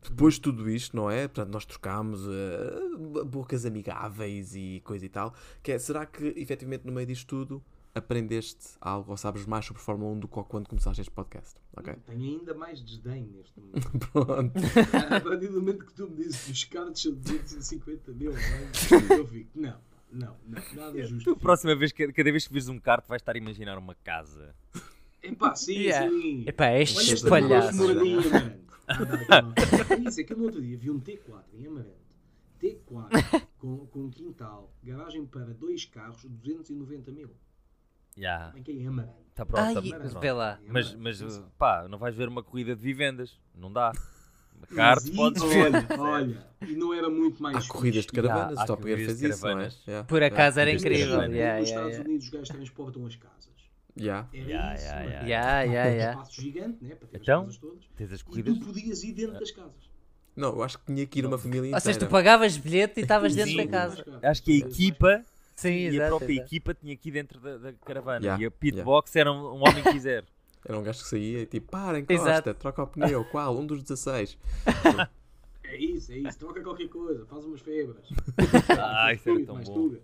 S1: Depois de tudo isto, não é? Portanto, nós trocámos eh, bocas amigáveis e coisa e tal. Que é, será que efetivamente no meio disto tudo aprendeste algo ou sabes mais sobre Fórmula 1 do que quando começaste este podcast? Ok?
S4: Tenho ainda mais desdém neste momento.
S1: Pronto.
S4: A partir do momento que tu me dizes que os cards são 250 mil, não é? eu fico, não, não, não, nada justo.
S3: Tu, próxima vez, que- cada vez que vires um kart, vais estar a imaginar uma casa.
S4: Epá, sim,
S2: Yeah.
S4: sim.
S2: Epá,
S4: Olha,
S2: estes
S1: Este
S4: eu tenho
S2: palhaços.
S4: dois moradinhos, mano. É Isso, é que tá, eu no outro dia vi um T4 em Amarante. T4 com, com um quintal, garagem para dois carros, 290 mil.
S3: Já.
S4: Em que é em Amarante?
S3: Está pronto,
S2: Ai,
S3: tá
S4: Maravilha.
S2: vê lá.
S4: Em
S3: Mas,
S4: Amarante,
S3: mas uh,
S4: atenção.
S3: pá, não vais ver uma corrida de vivendas. Não dá. Uma
S4: Mas é.
S3: Kart,
S4: e-
S3: podes ver.
S4: olha, olha, e não era muito mais
S1: Há corridas de
S4: fixe.
S1: caravanas,
S3: há
S1: o Top Gear
S3: corridas
S1: fez
S3: de
S1: isso, não é?
S3: caravanas.
S1: Yeah,
S2: Por
S1: yeah.
S2: acaso era
S4: é
S3: Este
S2: incrível.
S3: carro,
S2: Yeah,
S4: nos
S2: yeah,
S4: Estados
S2: yeah.
S4: Unidos os gajos transportam as casas.
S1: Yeah.
S4: Era
S3: Yeah,
S4: isso,
S3: yeah,
S4: mano.
S3: yeah.
S2: Yeah, yeah,
S4: Um
S2: yeah.
S4: espaço gigante, né? Para ter
S3: Então?
S4: as casas todas.
S3: Tens as
S4: E
S3: corridas.
S4: tu podias ir dentro das casas.
S1: Não, eu acho que tinha que ir uma família inteira.
S2: Ou seja, tu pagavas bilhete e estavas
S3: Sim.
S2: dentro da casa.
S3: Acho que a equipa
S2: Sim,
S3: e a
S2: exato.
S3: própria
S2: exato.
S3: equipa tinha aqui dentro da, da caravana.
S1: Yeah,
S3: E a pit
S1: yeah.
S3: box era um, um homem que quiser.
S1: Era um gajo que saía e tipo, para, encosta,
S2: Exato.
S1: troca o pneu, qual? Um dos 16.
S4: É isso, é isso. Troca qualquer coisa, faz umas febras.
S3: ah, isso era
S4: Tuga,
S3: tão
S4: mais
S3: bom.
S4: tuga.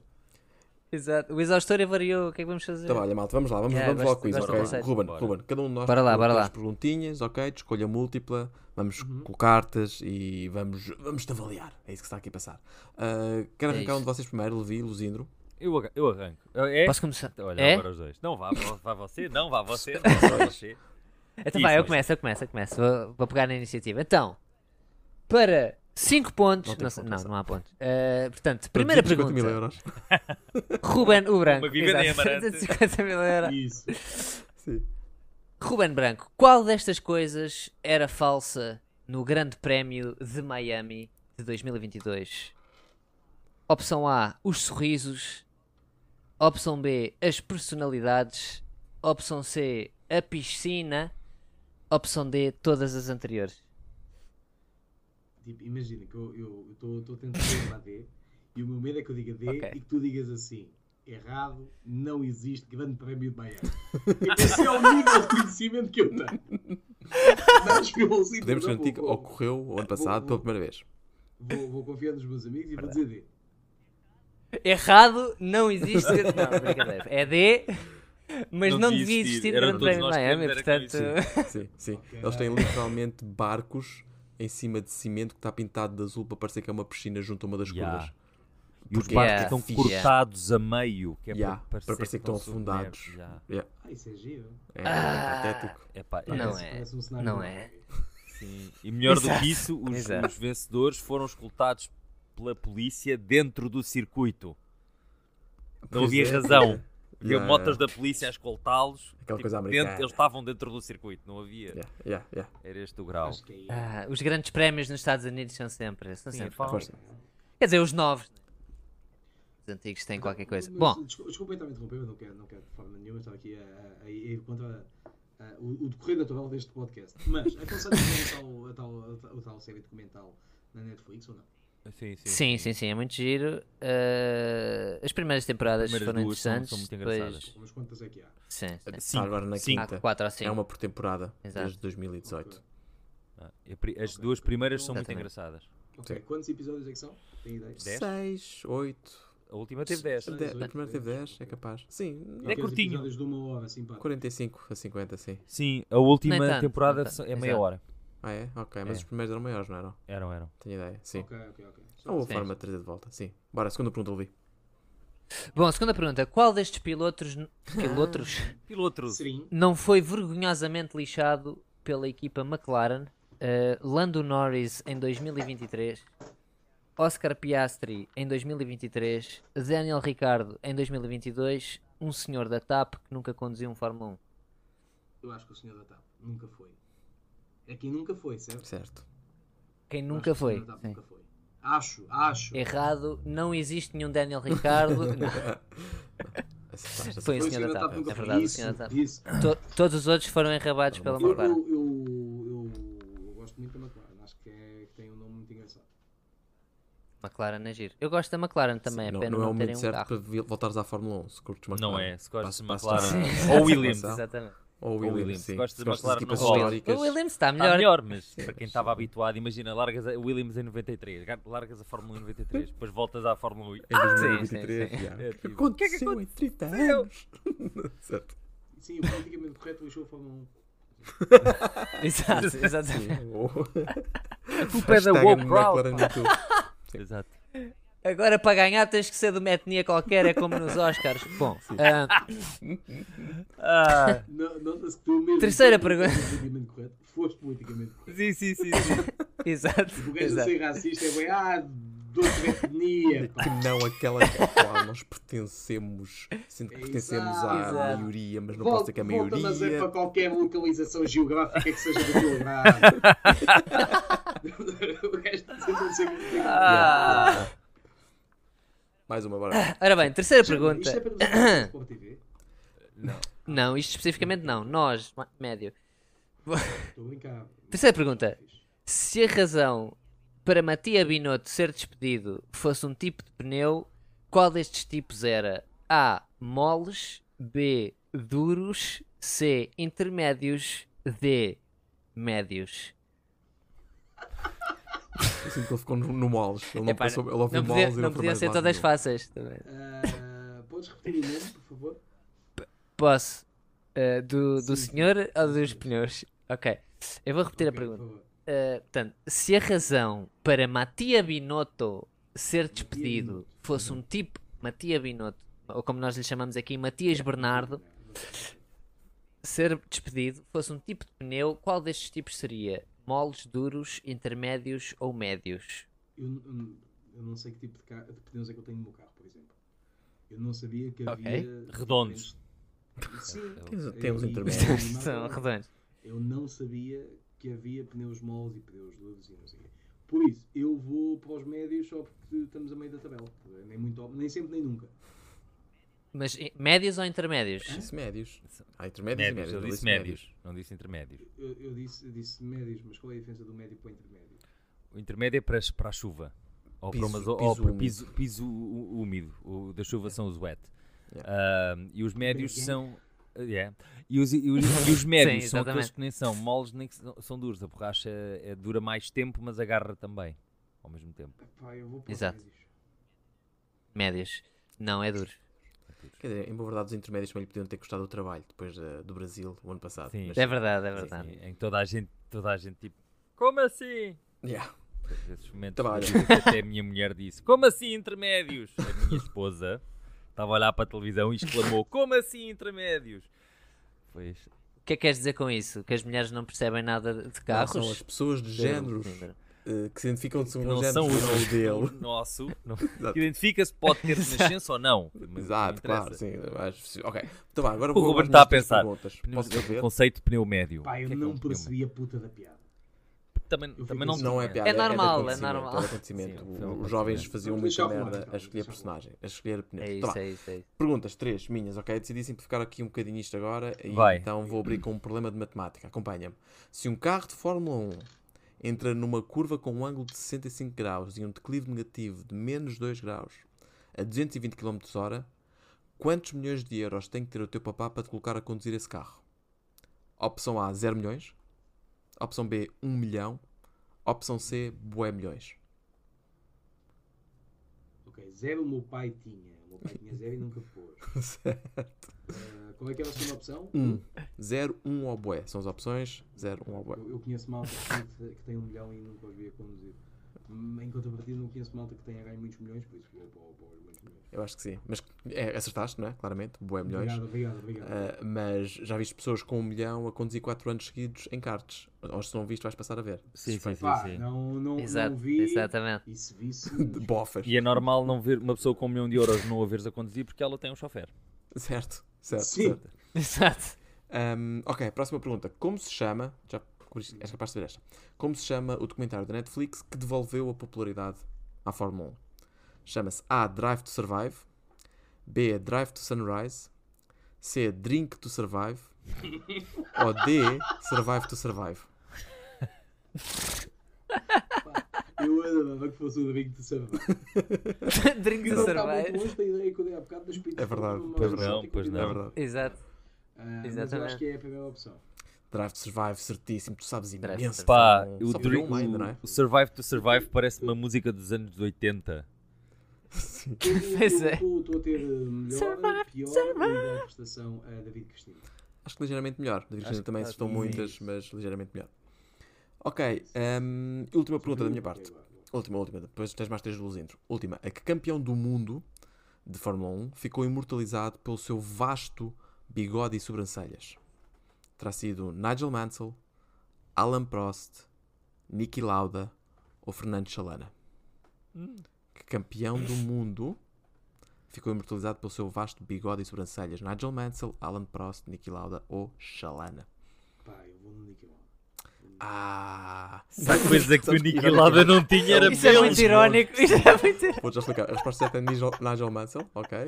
S2: Exato. O exaustor variou. O que é que vamos fazer?
S1: Então, olha, malta, vamos lá, vamos,
S2: Yeah,
S1: vamos
S2: gosto-
S1: logo com isso,
S2: gosto
S1: ok?
S2: do conceito.
S1: Ruben,
S3: Bora.
S1: Ruben, cada um de nós
S2: Bora lá,
S1: colocou
S2: bora lá. Uhum.
S1: três perguntinhas, ok? De escolha múltipla, vamos com cartas e vamos, vamos te avaliar. É isso que está aqui a passar. Ah, quero
S2: É
S1: arrancar
S2: isso.
S1: um de vocês primeiro, Levi, Luzindro.
S3: Eu, arran- eu arranco. É?
S2: Posso começar?
S3: Olha,
S2: é?
S3: agora os dois. Não, vá, vá, vá você, não, vá você, não, vá você.
S2: Então
S3: Isso,
S2: vai, eu
S3: isso.
S2: começo, eu começo, eu começo. Vou, vou pegar na iniciativa. Então, para 5 pontos.
S1: Não tem
S2: Não, sei- não,
S1: pontuação.
S2: não há pontos. Eh, portanto, primeira
S1: 250 mil
S2: pergunta.
S1: euros.
S2: Ruben o Branco.
S3: Uma vivenda em
S2: Exato,
S3: Amarante.
S2: 250 mil euros.
S4: Isso.
S1: Sim.
S2: Ruben Branco, qual destas coisas era falsa no Grande Prémio de Miami de 2022? Opção A, os sorrisos. Opção B, as personalidades. Opção C, a piscina. Opção D, todas as anteriores.
S4: Tipo, imagina que eu estou a tentar dizer para D e o meu medo é que eu diga D
S2: Ok.
S4: e que tu digas assim. errado, não existe grande prémio de Miami. Esse é o nível de conhecimento que eu tenho. Mas pelo sítio
S1: Podemos
S4: não,
S1: garantir que
S4: vou-
S1: ocorreu o ano passado pela primeira vez.
S4: Vou, vou confiar nos meus amigos e vou dizer D.
S2: Errado, não existe. Não, brincadeira. É D, mas não, devia existir
S3: Era
S2: grande
S3: todos
S2: prémio de
S3: nós
S2: Miami,
S3: queremos era que
S2: portanto.
S1: Sim, sim. Eles têm literalmente barcos em cima de cimento que está pintado de azul para parecer que é uma piscina junto a uma das
S3: Yeah.
S1: curvas.
S3: E os
S1: Porque- é
S3: barcos
S2: Yeah,
S3: estão
S1: fixe.
S3: cortados a meio, que é
S1: Yeah,
S3: para, parecer
S1: para parecer que estão afundados.
S3: submersos, yeah.
S1: Yeah.
S4: Ah, isso é giro.
S1: É,
S2: Ah.
S1: patético.
S3: Epá, é
S2: Não
S4: Parece-
S2: é,
S4: parece um cenário
S2: não
S4: novo.
S2: é.
S3: Sim. E melhor do
S2: Exato,
S3: que isso, os,
S2: exato.
S3: os vencedores foram escoltados pela polícia dentro do circuito. Não
S1: Pois
S3: havia
S1: é.
S3: razão. Havia
S1: Yeah,
S3: motos da polícia a escoltá-los. tipo,
S1: Aquela coisa americana.
S3: dentro- eles estavam dentro do circuito, não havia.
S1: Yeah, yeah, yeah.
S3: Era este o grau.
S4: Acho que é isso.
S2: Ah, os grandes prémios nos Estados Unidos são sempre. São
S3: Sim,
S2: sempre
S3: fala.
S1: Força.
S2: Quer dizer, os novos. né? Os antigos têm qualquer coisa.
S4: Mas,
S2: Bom,
S4: desculpa, desculpa então interromper, eu não quero, não quero de forma nenhuma estar aqui a, a- a ir contra a- o, o decorrer natural deste podcast. Mas é aconselho-vos a tal, a, tal, a, tal, a tal série documental na Netflix ou não?
S3: Sim, sim.
S2: sim, sim, sim, é muito giro. Ah, as primeiras temporadas
S3: Primeiras
S2: foram
S3: duas são-
S2: interessantes.
S3: são muito engraçadas.
S2: depois...
S4: Mas quantas é que há?
S2: Sim, sim.
S1: Está agora na
S3: Sim.
S2: Há
S1: quinta.
S2: quatro ou cinco.
S1: É uma por temporada,
S2: Exato.
S1: desde 2018.
S3: Ah, e a pri- As duas primeiras são muito
S2: Exatamente.
S3: engraçadas.
S4: Ok, quantos episódios é que são? Tem ideia?
S3: Dez?
S1: 6, 8.
S3: A última teve 10.
S4: Sim.
S1: A primeira teve 10, é capaz. Sim,
S4: Aqueles
S3: curtinho.
S4: episódios de uma hora, assim, pá.
S1: 45 a 50, sim.
S3: Sim, a última
S2: Nem tanto,
S3: temporada
S2: nem tanto.
S3: só- é meia
S2: Exato.
S3: hora.
S1: Ah, é? Ok, mas
S3: É.
S1: os primeiros eram maiores, não eram?
S3: Eram, eram.
S1: Tenho ideia, sim. Oh.
S4: Ok, ok, ok.
S1: Não houve
S2: Sim.
S1: forma de trazer de volta, sim. Bora, segunda pergunta, Levi.
S2: Bom, a segunda pergunta. Qual destes pilotos, pilotos
S3: Piloto.
S4: Serim.
S2: não foi vergonhosamente lixado pela equipa McLaren? Ah, Lando Norris em 2023, Oscar Piastri em 2023, Daniel Ricciardo em 2022, um senhor da TAP que nunca conduziu um Fórmula 1.
S4: Eu acho que o senhor da TAP nunca foi. É quem nunca foi, certo?
S1: Certo.
S2: Quem
S4: Eu acho
S2: nunca
S4: que o
S2: foi. É,
S4: senhor da TAP nunca foi. Acho, acho.
S2: Errado, não existe nenhum Daniel Ricciardo. Não,
S1: Acertaste,
S2: Foi o
S1: acertaste.
S2: senhor da TAP,
S4: nunca
S2: é
S4: foi.
S2: verdade, o
S4: Isso,
S2: senhor da TAP.
S4: Isso.
S2: To- todos os outros foram enrabados pela
S4: Eu,
S2: McLaren.
S4: eu, eu, eu gosto muito da McLaren. Acho que, é, que tem um nome muito engraçado.
S2: McLaren é giro. Eu gosto da McLaren também,
S1: Sim,
S2: é
S1: não,
S2: pena
S1: não é
S2: não,
S1: o
S2: terem
S1: momento
S2: um
S1: certo
S2: carro.
S1: para vi- voltares à Fórmula 1, se curtes McLaren.
S3: Não é, se gostas de
S1: Passa-
S3: McLaren.
S1: passa-
S3: Ou Williams.
S1: passa-
S2: Exatamente.
S1: Ou Williams,
S3: Williams.
S1: sim.
S3: Se gostas de McLaren,
S1: equipas
S3: não rola.
S1: históricas.
S2: O Williams está
S3: Está
S2: melhor.
S3: melhor, mas para quem estava habituado, imagina, largas a Williams em 93, gar- largas a Fórmula 1 em 93, depois voltas à Fórmula Ah, 1.
S1: Em
S2: sim,
S1: 2023,
S2: sim.
S1: yeah.
S3: É,
S1: O que é que
S3: tipo, o que é que
S1: aconteceu em 30 anos? Certo.
S4: Sim, o politicamente correto deixou a Fórmula 1.
S2: Exato, exatamente.
S3: O pé da
S1: Hashtag
S3: woke crowd.
S1: McLaren no YouTube.
S3: Exato.
S2: Agora para ganhar tens que ser de uma etnia qualquer, é como nos Oscars. Bom, ah,
S3: Ah,
S4: Não- Nota-se que tu mesmo.
S2: Terceira
S4: foste
S2: pergunta.
S4: politicamente correto. Foste politicamente correto.
S3: sim, sim, sim. sim.
S2: exato.
S4: O gajo a
S2: exato.
S4: ser racista é bem. Ah, de outra etnia. pá.
S1: que não aquela à qual nós pertencemos, sendo que pertencemos à
S2: Exato.
S1: maioria, mas não
S4: Volta-
S1: pode ser que a maioria.
S4: Volta, mas é para qualquer localização geográfica que seja do teu lado. o gajo está sempre a dizer que tem
S1: Ah,
S4: que-
S1: Yeah, yeah. é Mais uma, bora.
S2: Ora bem, terceira
S4: Isto é
S2: pergunta.
S4: para nos aparecer no Sport TV?
S2: Não, isto especificamente não. Nós, ma- médio.
S4: Estou a brincar.
S2: Terceira pergunta. Se a razão para Matia Binotto ser despedido fosse um tipo de pneu, qual destes tipos era? A. Moles. B. Duros. C. Intermédios. D. Médios.
S1: Eu sinto que ele ficou no, no moles. Ele não
S2: Epá,
S1: passou, ele ouviu
S2: não podia-
S1: moles e
S2: não
S1: não foi
S2: podiam
S1: mais
S2: ser
S1: lado
S2: todas
S1: nenhum.
S2: fáceis. Também.
S4: Ah, Podes repetir o nome, por favor?
S2: Posso? Uh, do do
S4: Sim.
S2: senhor ou dos pneus? Ok. Eu vou repetir a
S4: Ok,
S2: pergunta.
S4: por favor.
S2: Uh, portanto, se a razão para Matia Binotto ser despedido
S4: Binotto.
S2: fosse um tipo Matia Binotto, ou como nós lhe chamamos aqui, Matias Bernardo, ser despedido fosse um tipo de pneu, qual destes tipos seria? Moles, duros, intermédios ou médios?
S4: Eu, eu- eu não sei que tipo de, ca- de pneus é que eu tenho no meu carro, por exemplo. Eu não sabia que
S2: Ok.
S4: havia.
S3: Redondos.
S4: pneus- Sim.
S1: Temos,
S4: Eu-
S1: temos
S4: eu-
S1: intermédios.
S2: São redondos.
S4: Eu não sabia que havia pneus moles e pneus duros e não sei o quê. Por isso, eu vou para os médios só porque estamos a meio da tabela. Nem, muito, ao- nem sempre, nem nunca.
S2: Mas eh, médios ou intermédios?
S1: Disse é médios. Há
S2: É
S1: intermédios
S3: Médios,
S1: e médios.
S3: eu
S1: ele
S3: disse médios, não disse intermédios.
S4: Eu, eu disse, eu disse médios, mas qual é a diferença do médio para o intermédio?
S3: O intermédio é para, as- para a chuva. Ou para,
S1: Piso-
S3: umas- ou
S1: piso
S3: para
S1: úmido.
S3: piso, piso ú- úmido. O da chuva são os wet. Ah, e os médios são. eh, Yeah. E, os, e os- e os médios
S2: Sim,
S3: são aqueles
S2: exatamente.
S3: que nem são moles nem que são, são duros. A borracha é- dura mais tempo, mas agarra também ao mesmo tempo.
S4: Pá, eu vou pôr
S2: Exato.
S4: médios.
S2: Médias. Não, é duro.
S1: Quer dizer, em boa verdade, os intermédios também lhe podiam ter custado o trabalho depois eh, do Brasil, o ano passado.
S3: Sim.
S2: É verdade, é verdade.
S3: Assim, Em, em que toda a gente, toda a gente tipo, como assim?
S1: Yeah.
S3: Esses momentos
S1: Trabalho.
S3: que até a minha mulher disse, como assim intermédios? A minha esposa estava a olhar para a televisão e exclamou, como assim intermédios? Pois,
S2: O que é que queres dizer com isso? Que as mulheres não percebem nada de
S1: Não,
S2: carros? É
S1: são as pessoas de géneros eh, que se identificam de segundo
S3: não
S1: género
S3: são
S1: que não o
S3: o
S1: dele.
S3: nosso, não- que identifica-se, pode ter nascença ou não. mas não
S1: Exato, claro,
S3: interessa.
S1: sim. mas- ok. Então vá, agora
S3: O
S1: vou
S3: Ruben
S1: às
S3: está a
S1: minhas três
S3: pensar.
S1: perguntas.
S3: Pneu-
S1: Posso ver?
S3: o conceito de pneu médio.
S4: Pá, eu
S3: O que é que é um
S4: não
S3: pneu médio?
S4: percebi a puta da piada.
S3: Também,
S4: fico
S3: também não,
S4: assim.
S1: Não é piada,
S2: É
S1: de
S2: normal, é
S1: acontecimento,
S2: normal.
S1: de acontecimento.
S3: Sim, foi um
S1: Os jovens
S3: acontecimento.
S1: faziam
S4: Vamos
S1: muita
S4: deixar o
S1: merda
S4: Ruben,
S1: a escolher
S4: vamos deixar o
S1: personagem, a escolher pneus.
S2: É
S1: Então
S2: isso,
S1: vá,
S2: é isso, é isso.
S1: Perguntas, três minhas, ok? Decidi simplificar aqui um bocadinho isto agora e
S3: Vai.
S1: então vou abrir com um problema de matemática. Acompanha-me. Se um carro de Fórmula 1 entra numa curva com um ângulo de 65 graus e um declive negativo de menos 2 graus a 220 km h quantos milhões de euros tem que ter o teu papá para te colocar a conduzir esse carro? Opção A, 0 milhões. Opção B, 1 milhão. Opção C, bué milhões.
S4: Ok, zero o meu pai tinha. O meu pai tinha zero e nunca pôs. Ah, qual é que era a segunda opção?
S1: 1. 0, 1 ou bué. São as opções. 0, 1 ou bué.
S4: Eu, eu conheço malta que, que tem um milhão e nunca os vi a conduzir. Hum, Em contrapartida, não conheço malta que tenha ganho muitos milhões, por isso vou para o para os muitos milhões.
S1: Eu acho que sim. Mas é, acertaste, não é? Claramente, boé milhões.
S4: Obrigado, obrigado,
S1: Ah,
S4: obrigado.
S1: mas já viste pessoas com um milhão a conduzir 4 anos seguidos em karts. Ou se não viste, vais passar a ver.
S3: Sim, sim,
S1: Suspeito.
S3: sim,
S4: Pá,
S3: sim.
S4: não, não,
S2: Exato,
S4: não vi.
S2: exatamente.
S4: E se visse.
S1: De bofas.
S3: E é normal não ver uma pessoa com um milhão de euros não a veres a conduzir porque ela tem um chofer.
S1: Certo, certo.
S4: Sim.
S1: certo.
S2: Exato.
S1: Ahm, ok, próxima pergunta. Como se chama. Já corrigi- és capaz de saber esta. Como se chama o documentário da Netflix que devolveu a popularidade à Fórmula 1? Chama-se A. Drive to Survive. B. Drive to Sunrise. C. Drink to Survive. ou D. Survive to Survive.
S4: Eu adorava que fosse o Drink de Savão.
S2: Drink de
S4: Não estava
S2: cerveja.
S4: com esta ideia que eu dei há bocado das pizzas.
S1: É verdade,
S4: Uma
S1: pois
S4: receita
S3: não,
S4: que eu
S3: pois
S4: tive.
S1: Não é
S3: Não.
S1: verdade?
S2: Exato.
S4: Ah, mas eu acho
S2: Exatamente.
S4: que é a primeira opção.
S1: Drive to Survive, certíssimo. Tu sabes
S2: Drive to
S1: imenso.
S2: Survive.
S3: Pá,
S1: Só
S3: o,
S1: só
S3: Dri-
S1: viu um ainda, não é?
S3: o- o Survive to Survive parece uma música dos anos 80.
S1: Sim.
S2: Pois é.
S4: Estou a ter uh, melhor,
S2: Survive,
S4: pior
S2: survive.
S4: e a prestação a David Cristina.
S1: Acho que ligeiramente melhor. Da Virgínia
S3: Acho que
S1: também
S3: tá-
S1: acertou
S3: sim.
S1: muitas, mas ligeiramente melhor. Ok, hum, última pergunta da minha parte. Última, última. Depois tens mais três luzes intro. Última. A que campeão do mundo de Fórmula 1 ficou imortalizado pelo seu vasto bigode e sobrancelhas? Terá sido Nigel Mansell, Alan Prost, Niki Lauda ou Fernando Chalana? Que campeão do mundo ficou imortalizado pelo seu vasto bigode e sobrancelhas? Nigel Mansell, Alan Prost, Niki Lauda ou Chalana?
S4: Pá, eu vou no Nicky Lauda.
S1: Ah!
S3: Sabe coisa que o
S1: Sabes que
S3: Niki
S1: irónico-
S3: Lauda não tinha era
S2: Isso é
S3: meu.
S2: muito irónico. Isso é muito irónico.
S1: Vou já explicar. A resposta certa é Nigel, Nigel Mansell, ok?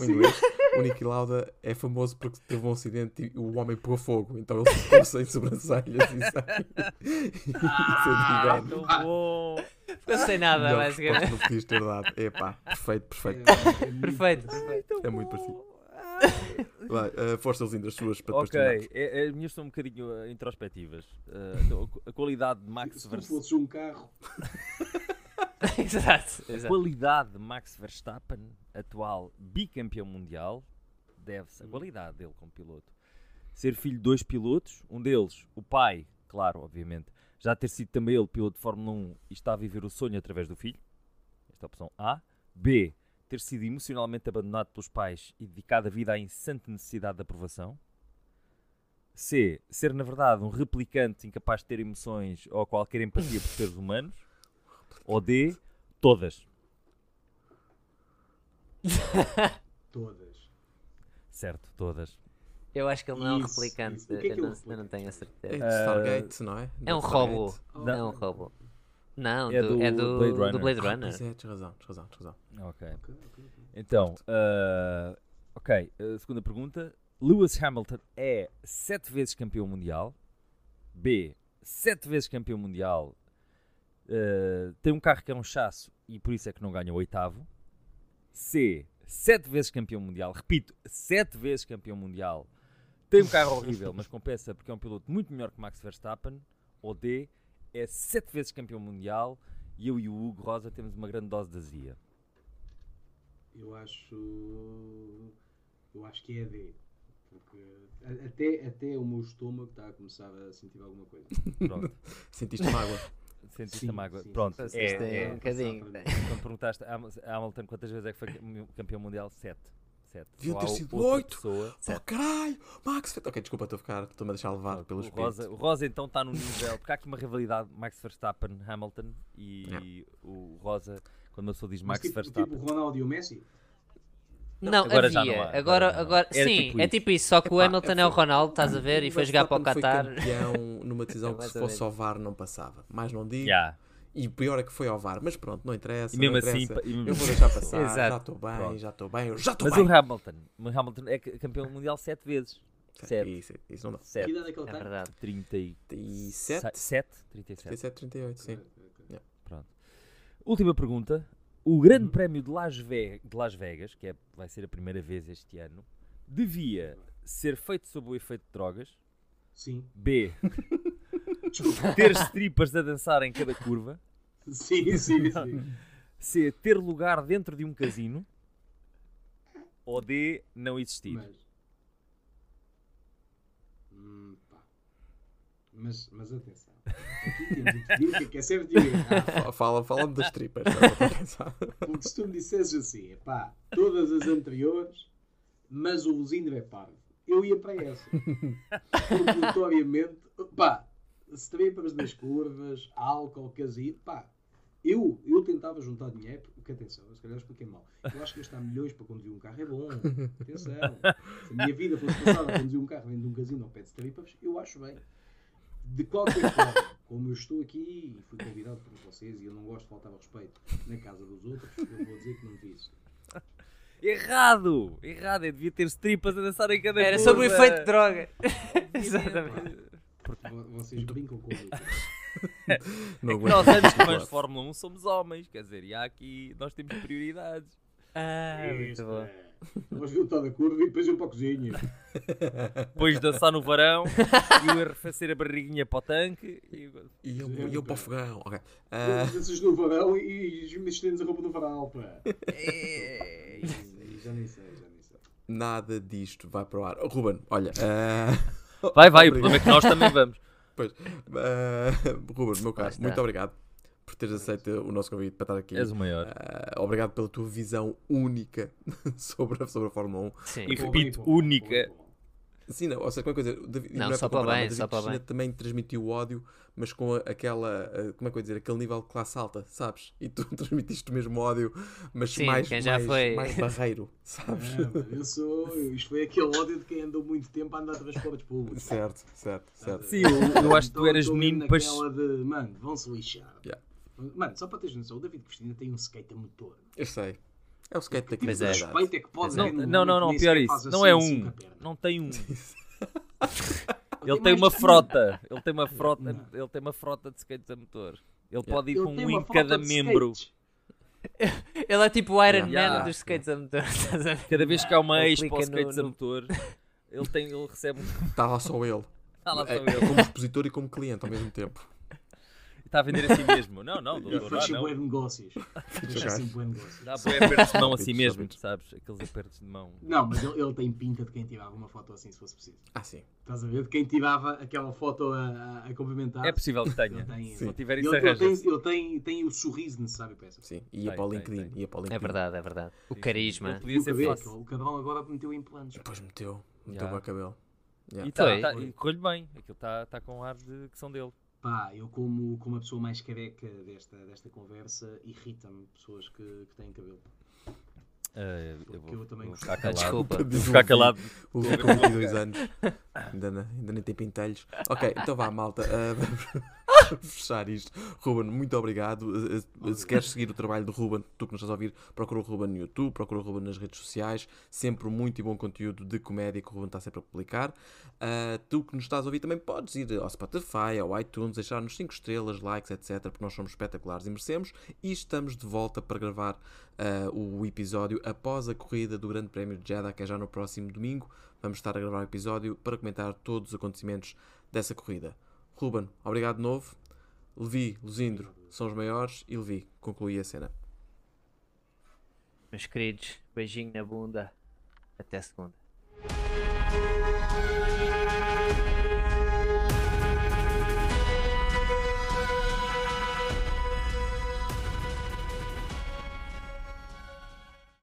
S1: O inglês. O Niki Lauda é famoso porque teve um acidente e o homem pegou fogo. Então ele ficou sem sobrancelhas e sem. e sem
S3: Ah,
S1: bigode.
S3: tão bom.
S2: Não sei nada,
S1: Melhor
S2: basicamente.
S1: resposta que podias ter dado. Epá, perfeito, perfeito.
S4: É, é muito-
S2: Perfeito.
S1: É muito parecido. Vai, eh, força Luzinho, das suas para depois
S3: Ok,
S1: terminarmos.
S3: é- é- as minhas são um bocadinho eh, introspectivas. Eh, então, a qu- a qualidade de Max
S4: Se tu
S3: Verstappen.
S4: fosses um carro,
S2: Exato.
S3: A
S2: exato.
S3: qualidade de Max Verstappen, atual bicampeão mundial, deve-se à qualidade dele como piloto. Ser filho de dois pilotos, um deles, o pai, claro, obviamente, já ter sido também ele piloto de Fórmula 1 e está a viver o sonho através do filho. Esta é a opção A. B. Ter sido emocionalmente abandonado pelos pais e dedicado a vida à incessante necessidade de aprovação. C. Ser, na verdade, um replicante incapaz de ter emoções ou qualquer empatia por seres humanos. Ou D. Todas.
S4: todas.
S3: Certo, todas.
S2: Eu acho que ele não é um
S4: Isso,
S2: replicante.
S4: isso. O que é que
S2: eu,
S4: ele
S2: não,
S4: é um
S2: eu não tenho a
S1: É
S2: certeza.
S3: eh,
S1: de Stargate, não é?
S2: É um
S1: Stargate.
S2: robô.
S4: Oh,
S2: Não é um robô. Não,
S3: É
S2: do-
S3: do
S2: é do
S3: Blade Runner.
S2: do Blade
S1: Ah, pois
S2: Runner.
S1: é, tens razão, tens razão, tens razão.
S3: Ok.
S4: ok, ok, ok.
S3: Então, ah, ok. ah, segunda pergunta. Lewis Hamilton é sete vezes campeão mundial. B. Sete vezes campeão mundial. Ah, tem um carro que é um chasso e por isso é que não ganha o oitavo. C. sete vezes campeão mundial, repito, sete vezes campeão mundial, tem um carro horrível, mas compensa porque é um piloto muito melhor que Max Verstappen, ou D, é sete vezes campeão mundial, e eu e o Hugo Rosa temos uma grande dose de azia.
S4: Eu acho. Eu acho que é D. Porque a- até, até o meu estômago está a começar a sentir alguma coisa.
S3: Pronto,
S1: Sentiste mágoa.
S3: sentiste
S4: Sim,
S3: a mágoa.
S4: sim,
S3: Pronto,
S4: sim, sim.
S3: é-
S2: Isto é
S3: é-
S2: um bocadinho.
S3: Quando perguntaste a Ham- a Hamilton quantas vezes é que foi cam- campeão mundial, sete. sete.
S1: Deviam
S3: Só
S1: ter
S3: há
S1: sido
S3: outra
S1: oito.
S3: pessoa.
S1: Oh caralho, Max Verstappen. Ok, desculpa, estou a ficar, estou-me a deixar levar pelo
S3: O
S1: espírito.
S3: Rosa, o Rosa então está no nível, porque há aqui uma rivalidade Max Verstappen Hamilton e
S1: É.
S3: o Rosa, quando uma pessoa diz
S4: Mas
S3: Max
S4: tipo,
S3: Verstappen.
S4: tipo o Ronaldo e o Messi?
S2: Não,
S3: agora
S2: havia.
S3: já não há, agora já
S2: agora,
S3: não há.
S2: agora,
S3: Era
S2: sim,
S3: tipo
S2: é
S3: isso.
S2: tipo isso. Só que o
S1: Epá,
S2: Hamilton
S1: eu
S2: é o
S1: fui-
S2: Ronaldo, estás a ver? E foi jogar para o Qatar. É
S1: Foi campeão numa decisão que
S2: Mais
S1: se
S2: ou
S1: fosse
S2: menos.
S1: ao VAR não passava. Mais não digo.
S3: Yeah.
S1: E pior é que foi ao VAR. Mas pronto, não interessa.
S3: E mesmo
S1: não
S3: assim,
S1: interessa.
S3: pa- e mesmo
S1: eu vou
S3: assim
S1: deixar
S3: passou.
S1: passar. Já
S3: Exato.
S1: estou bem,
S3: Pronto.
S1: já estou bem. Eu já estou
S3: Mas
S1: bem.
S3: o Hamilton, o Hamilton é ca- campeão mundial sete vezes. Sete.
S1: É Isso, isso não dá.
S4: Que
S3: Sete.
S4: idade é que ele
S2: É
S4: tem?
S2: verdade.
S1: 37,
S3: 37. 37.
S1: 37, 38, sim.
S3: Pronto. Última pergunta. O Grande Prémio de Las, Ve- de Las Vegas, que é, vai ser a primeira vez este ano, devia ser feito sob o efeito de drogas.
S4: Sim.
S3: B. ter strippers a dançar em cada curva.
S4: Sim, sim, sim.
S3: C. Ter lugar dentro de um casino. Ou D. Não existir.
S4: mas. Hum, pá. Mas, mas atenção. Aqui temos um pedido que é sempre direito.
S1: Fa- Fala, fala-me das tripas. é? só para pensar.
S4: Porque se tu me dissesses assim, pá, todas as anteriores, mas o Luzindo é parvo, eu ia para essa. Porque notoriamente, pá, é strippers nas curvas, álcool, casino, pá. Eu, eu tentava juntar dinheiro, porque atenção, eu se calhar expliquei mal. Eu acho que gastar milhões para conduzir um carro é bom. Atenção. Se a minha vida fosse passada a conduzir um carro dentro de um casino ao pé de strippers, eu acho bem. De qualquer forma, como eu estou aqui e fui convidado por vocês e eu não gosto de faltar ao respeito na casa dos outros, eu vou dizer que não fiz.
S3: Errado! Errado! Eu devia ter strippers a dançar em cada
S2: Era
S3: curva.
S2: sobre o efeito de droga. Exatamente.
S4: Vo- Vocês brincam com isso.
S1: Não aguento.
S3: Nós antes É que fãs de Fórmula 1 somos homens. Quer dizer, e há aqui... Nós temos prioridades.
S2: Ah,
S3: É
S2: muito bom.
S4: É. Vamos juntar da curva e depois eu para a cozinha.
S3: Depois dançar no varão e o arrefecer a barriguinha para o tanque. E...
S1: E eu, e eu para o fogão. Ok. Ah,
S4: Vocês no varão e e me estendes a roupa do varal, pá.
S3: É,
S4: Isso aí, Já nem sei, já nem sei.
S1: nada disto vai para o ar. Oh, Ruben, olha. ah,
S3: Vai, vai, o
S1: obrigado.
S3: problema é que nós também vamos.
S1: Pois. Ah, Ruben, meu
S3: Lá
S1: caro,
S3: está.
S1: muito obrigado por teres aceito o nosso convite para estar aqui.
S2: um-
S3: És o maior.
S1: Ah, obrigado pela tua visão única sobre a, sobre a Fórmula
S3: E
S2: Sim.
S4: Bom,
S3: repito,
S4: bem, bom, bom,
S3: única.
S4: bom, bom.
S1: 1. Sim, não, ou seja, como é que eu vou dizer? O David-
S2: Não,
S1: é
S2: só
S1: comparar,
S2: para bem,
S1: mas David
S2: só para
S1: Cristina
S2: bem.
S1: também transmitiu ódio, mas com a- aquela, ah, como é que eu ia dizer, aquele nível de classe alta, sabes? E tu transmitiste o mesmo ódio, mas
S2: Sim,
S1: mais,
S2: quem já
S1: mais,
S2: foi-
S1: mais barreiro, sabes?
S4: Ah, mano, eu sou. eu- Isto foi aquele ódio de quem andou muito tempo a andar de transportes públicos.
S1: certo, certo, certo.
S3: Sim, eu, eu acho que tu
S4: Então,
S3: eras
S4: estou
S3: menino
S4: mesmo
S3: para.
S4: naquela de, mano, vão-se lixar.
S1: Yeah.
S4: Mano, só para teres noção, o David Cristina tem um skate a motor.
S1: Eu sei. É o skate daqui.
S4: Tipo
S2: Mas
S4: de
S2: é
S4: respeito é que pode
S3: Não,
S4: haver num
S3: não, não,
S4: momento
S3: não,
S4: que nem
S3: pior
S4: sequer faz
S3: isso. Não
S4: assim,
S3: é
S4: assim com
S3: um.
S4: a perna.
S3: Não tem um.
S4: Ele
S3: Ele tem
S4: mais
S3: uma
S4: que um.
S3: frota. Ele tem uma frota. Ele tem uma frota de skates a motor. Ele pode ir
S4: Ele
S3: com
S4: tem
S3: um
S4: uma
S3: em
S4: frota
S3: cada
S4: de
S3: membro.
S4: skates.
S2: Ele é tipo o Iron
S1: Yeah.
S2: Man
S3: Yeah.
S2: dos skates a motor. estás a ver?
S3: Cada vez que há uma
S2: Ele
S3: ex para
S2: clica
S3: os
S2: no-
S3: skates a
S2: no-
S3: motor, ele tem- ele recebe um.
S1: Está Tá lá só ele.
S3: Está lá só
S1: É-
S3: ele.
S1: é como expositor e como cliente ao mesmo tempo.
S3: Está a vender a si mesmo. Não, não,
S4: E
S3: doutor.
S4: fecha
S3: não.
S4: bué de negócios. Fecha
S1: Ok.
S4: sempre bué de negócios.
S3: Dá bué apertos de mão a si
S1: Só bits, só
S3: mesmo,
S1: bits.
S3: sabes? Aqueles apertos de mão.
S4: Não, mas ele, ele tem pinta de quem tirava uma foto assim, se fosse preciso.
S1: Ah, sim.
S4: Estás a ver? De quem tirava aquela foto a, a, a cumprimentar.
S3: É possível que
S4: Ele
S3: tenha.
S4: tem,
S3: Se não
S4: ele,
S3: tiver isso, é
S4: ele, tem, um
S3: arranja
S4: ele tem, tem o sorriso necessário para essa.
S1: Sim, ia
S3: Tem,
S1: para o
S3: tem,
S1: LinkedIn.
S3: tem.
S1: Ia para o LinkedIn.
S2: É verdade, é verdade. O carisma.
S3: Podia
S4: O
S3: ser
S4: cabelo,
S3: é fácil.
S4: o cabrão agora meteu implantes.
S1: Depois meteu. Meteu
S3: Já.
S1: para o cabelo.
S3: E
S1: Yeah.
S3: tá,
S2: Foi.
S3: tá, e correu-lhe bem. Aquilo está tá com ar de que são dele.
S4: Pá, eu como, como a pessoa mais careca desta, desta conversa, irrita-me pessoas que, que têm cabelo.
S3: Ah, eu
S4: vou- eu também vou
S3: ficar
S4: gostava.
S3: calado.
S2: Desculpa.
S3: Vou ficar calado.
S1: O Levi com 22 anos. Ainda, na- ainda nem tem pintelhos. Ok, então vá, malta. ah, vamos- fechar isto. Ruben, muito obrigado. Eh, eh, Se queres seguir o trabalho do Ruben, tu que nos estás a ouvir, procura o Ruben no YouTube, procura o Ruben nas redes sociais. Sempre muito e bom conteúdo de comédia que o Ruben está sempre a publicar. Ah, tu que nos estás a ouvir também podes ir ao Spotify, ao iTunes, deixar-nos 5 estrelas, likes, etc. Porque nós somos espetaculares e merecemos. E estamos de volta para gravar ah, o episódio após a corrida do Grande Prémio de Jeddah, que é já no próximo domingo. Vamos estar a gravar o episódio para comentar todos os acontecimentos dessa corrida. Ruben, obrigado de novo. Levi, Luzindro são os maiores e Levi conclui a cena.
S2: Meus queridos, beijinho na bunda. Até segunda.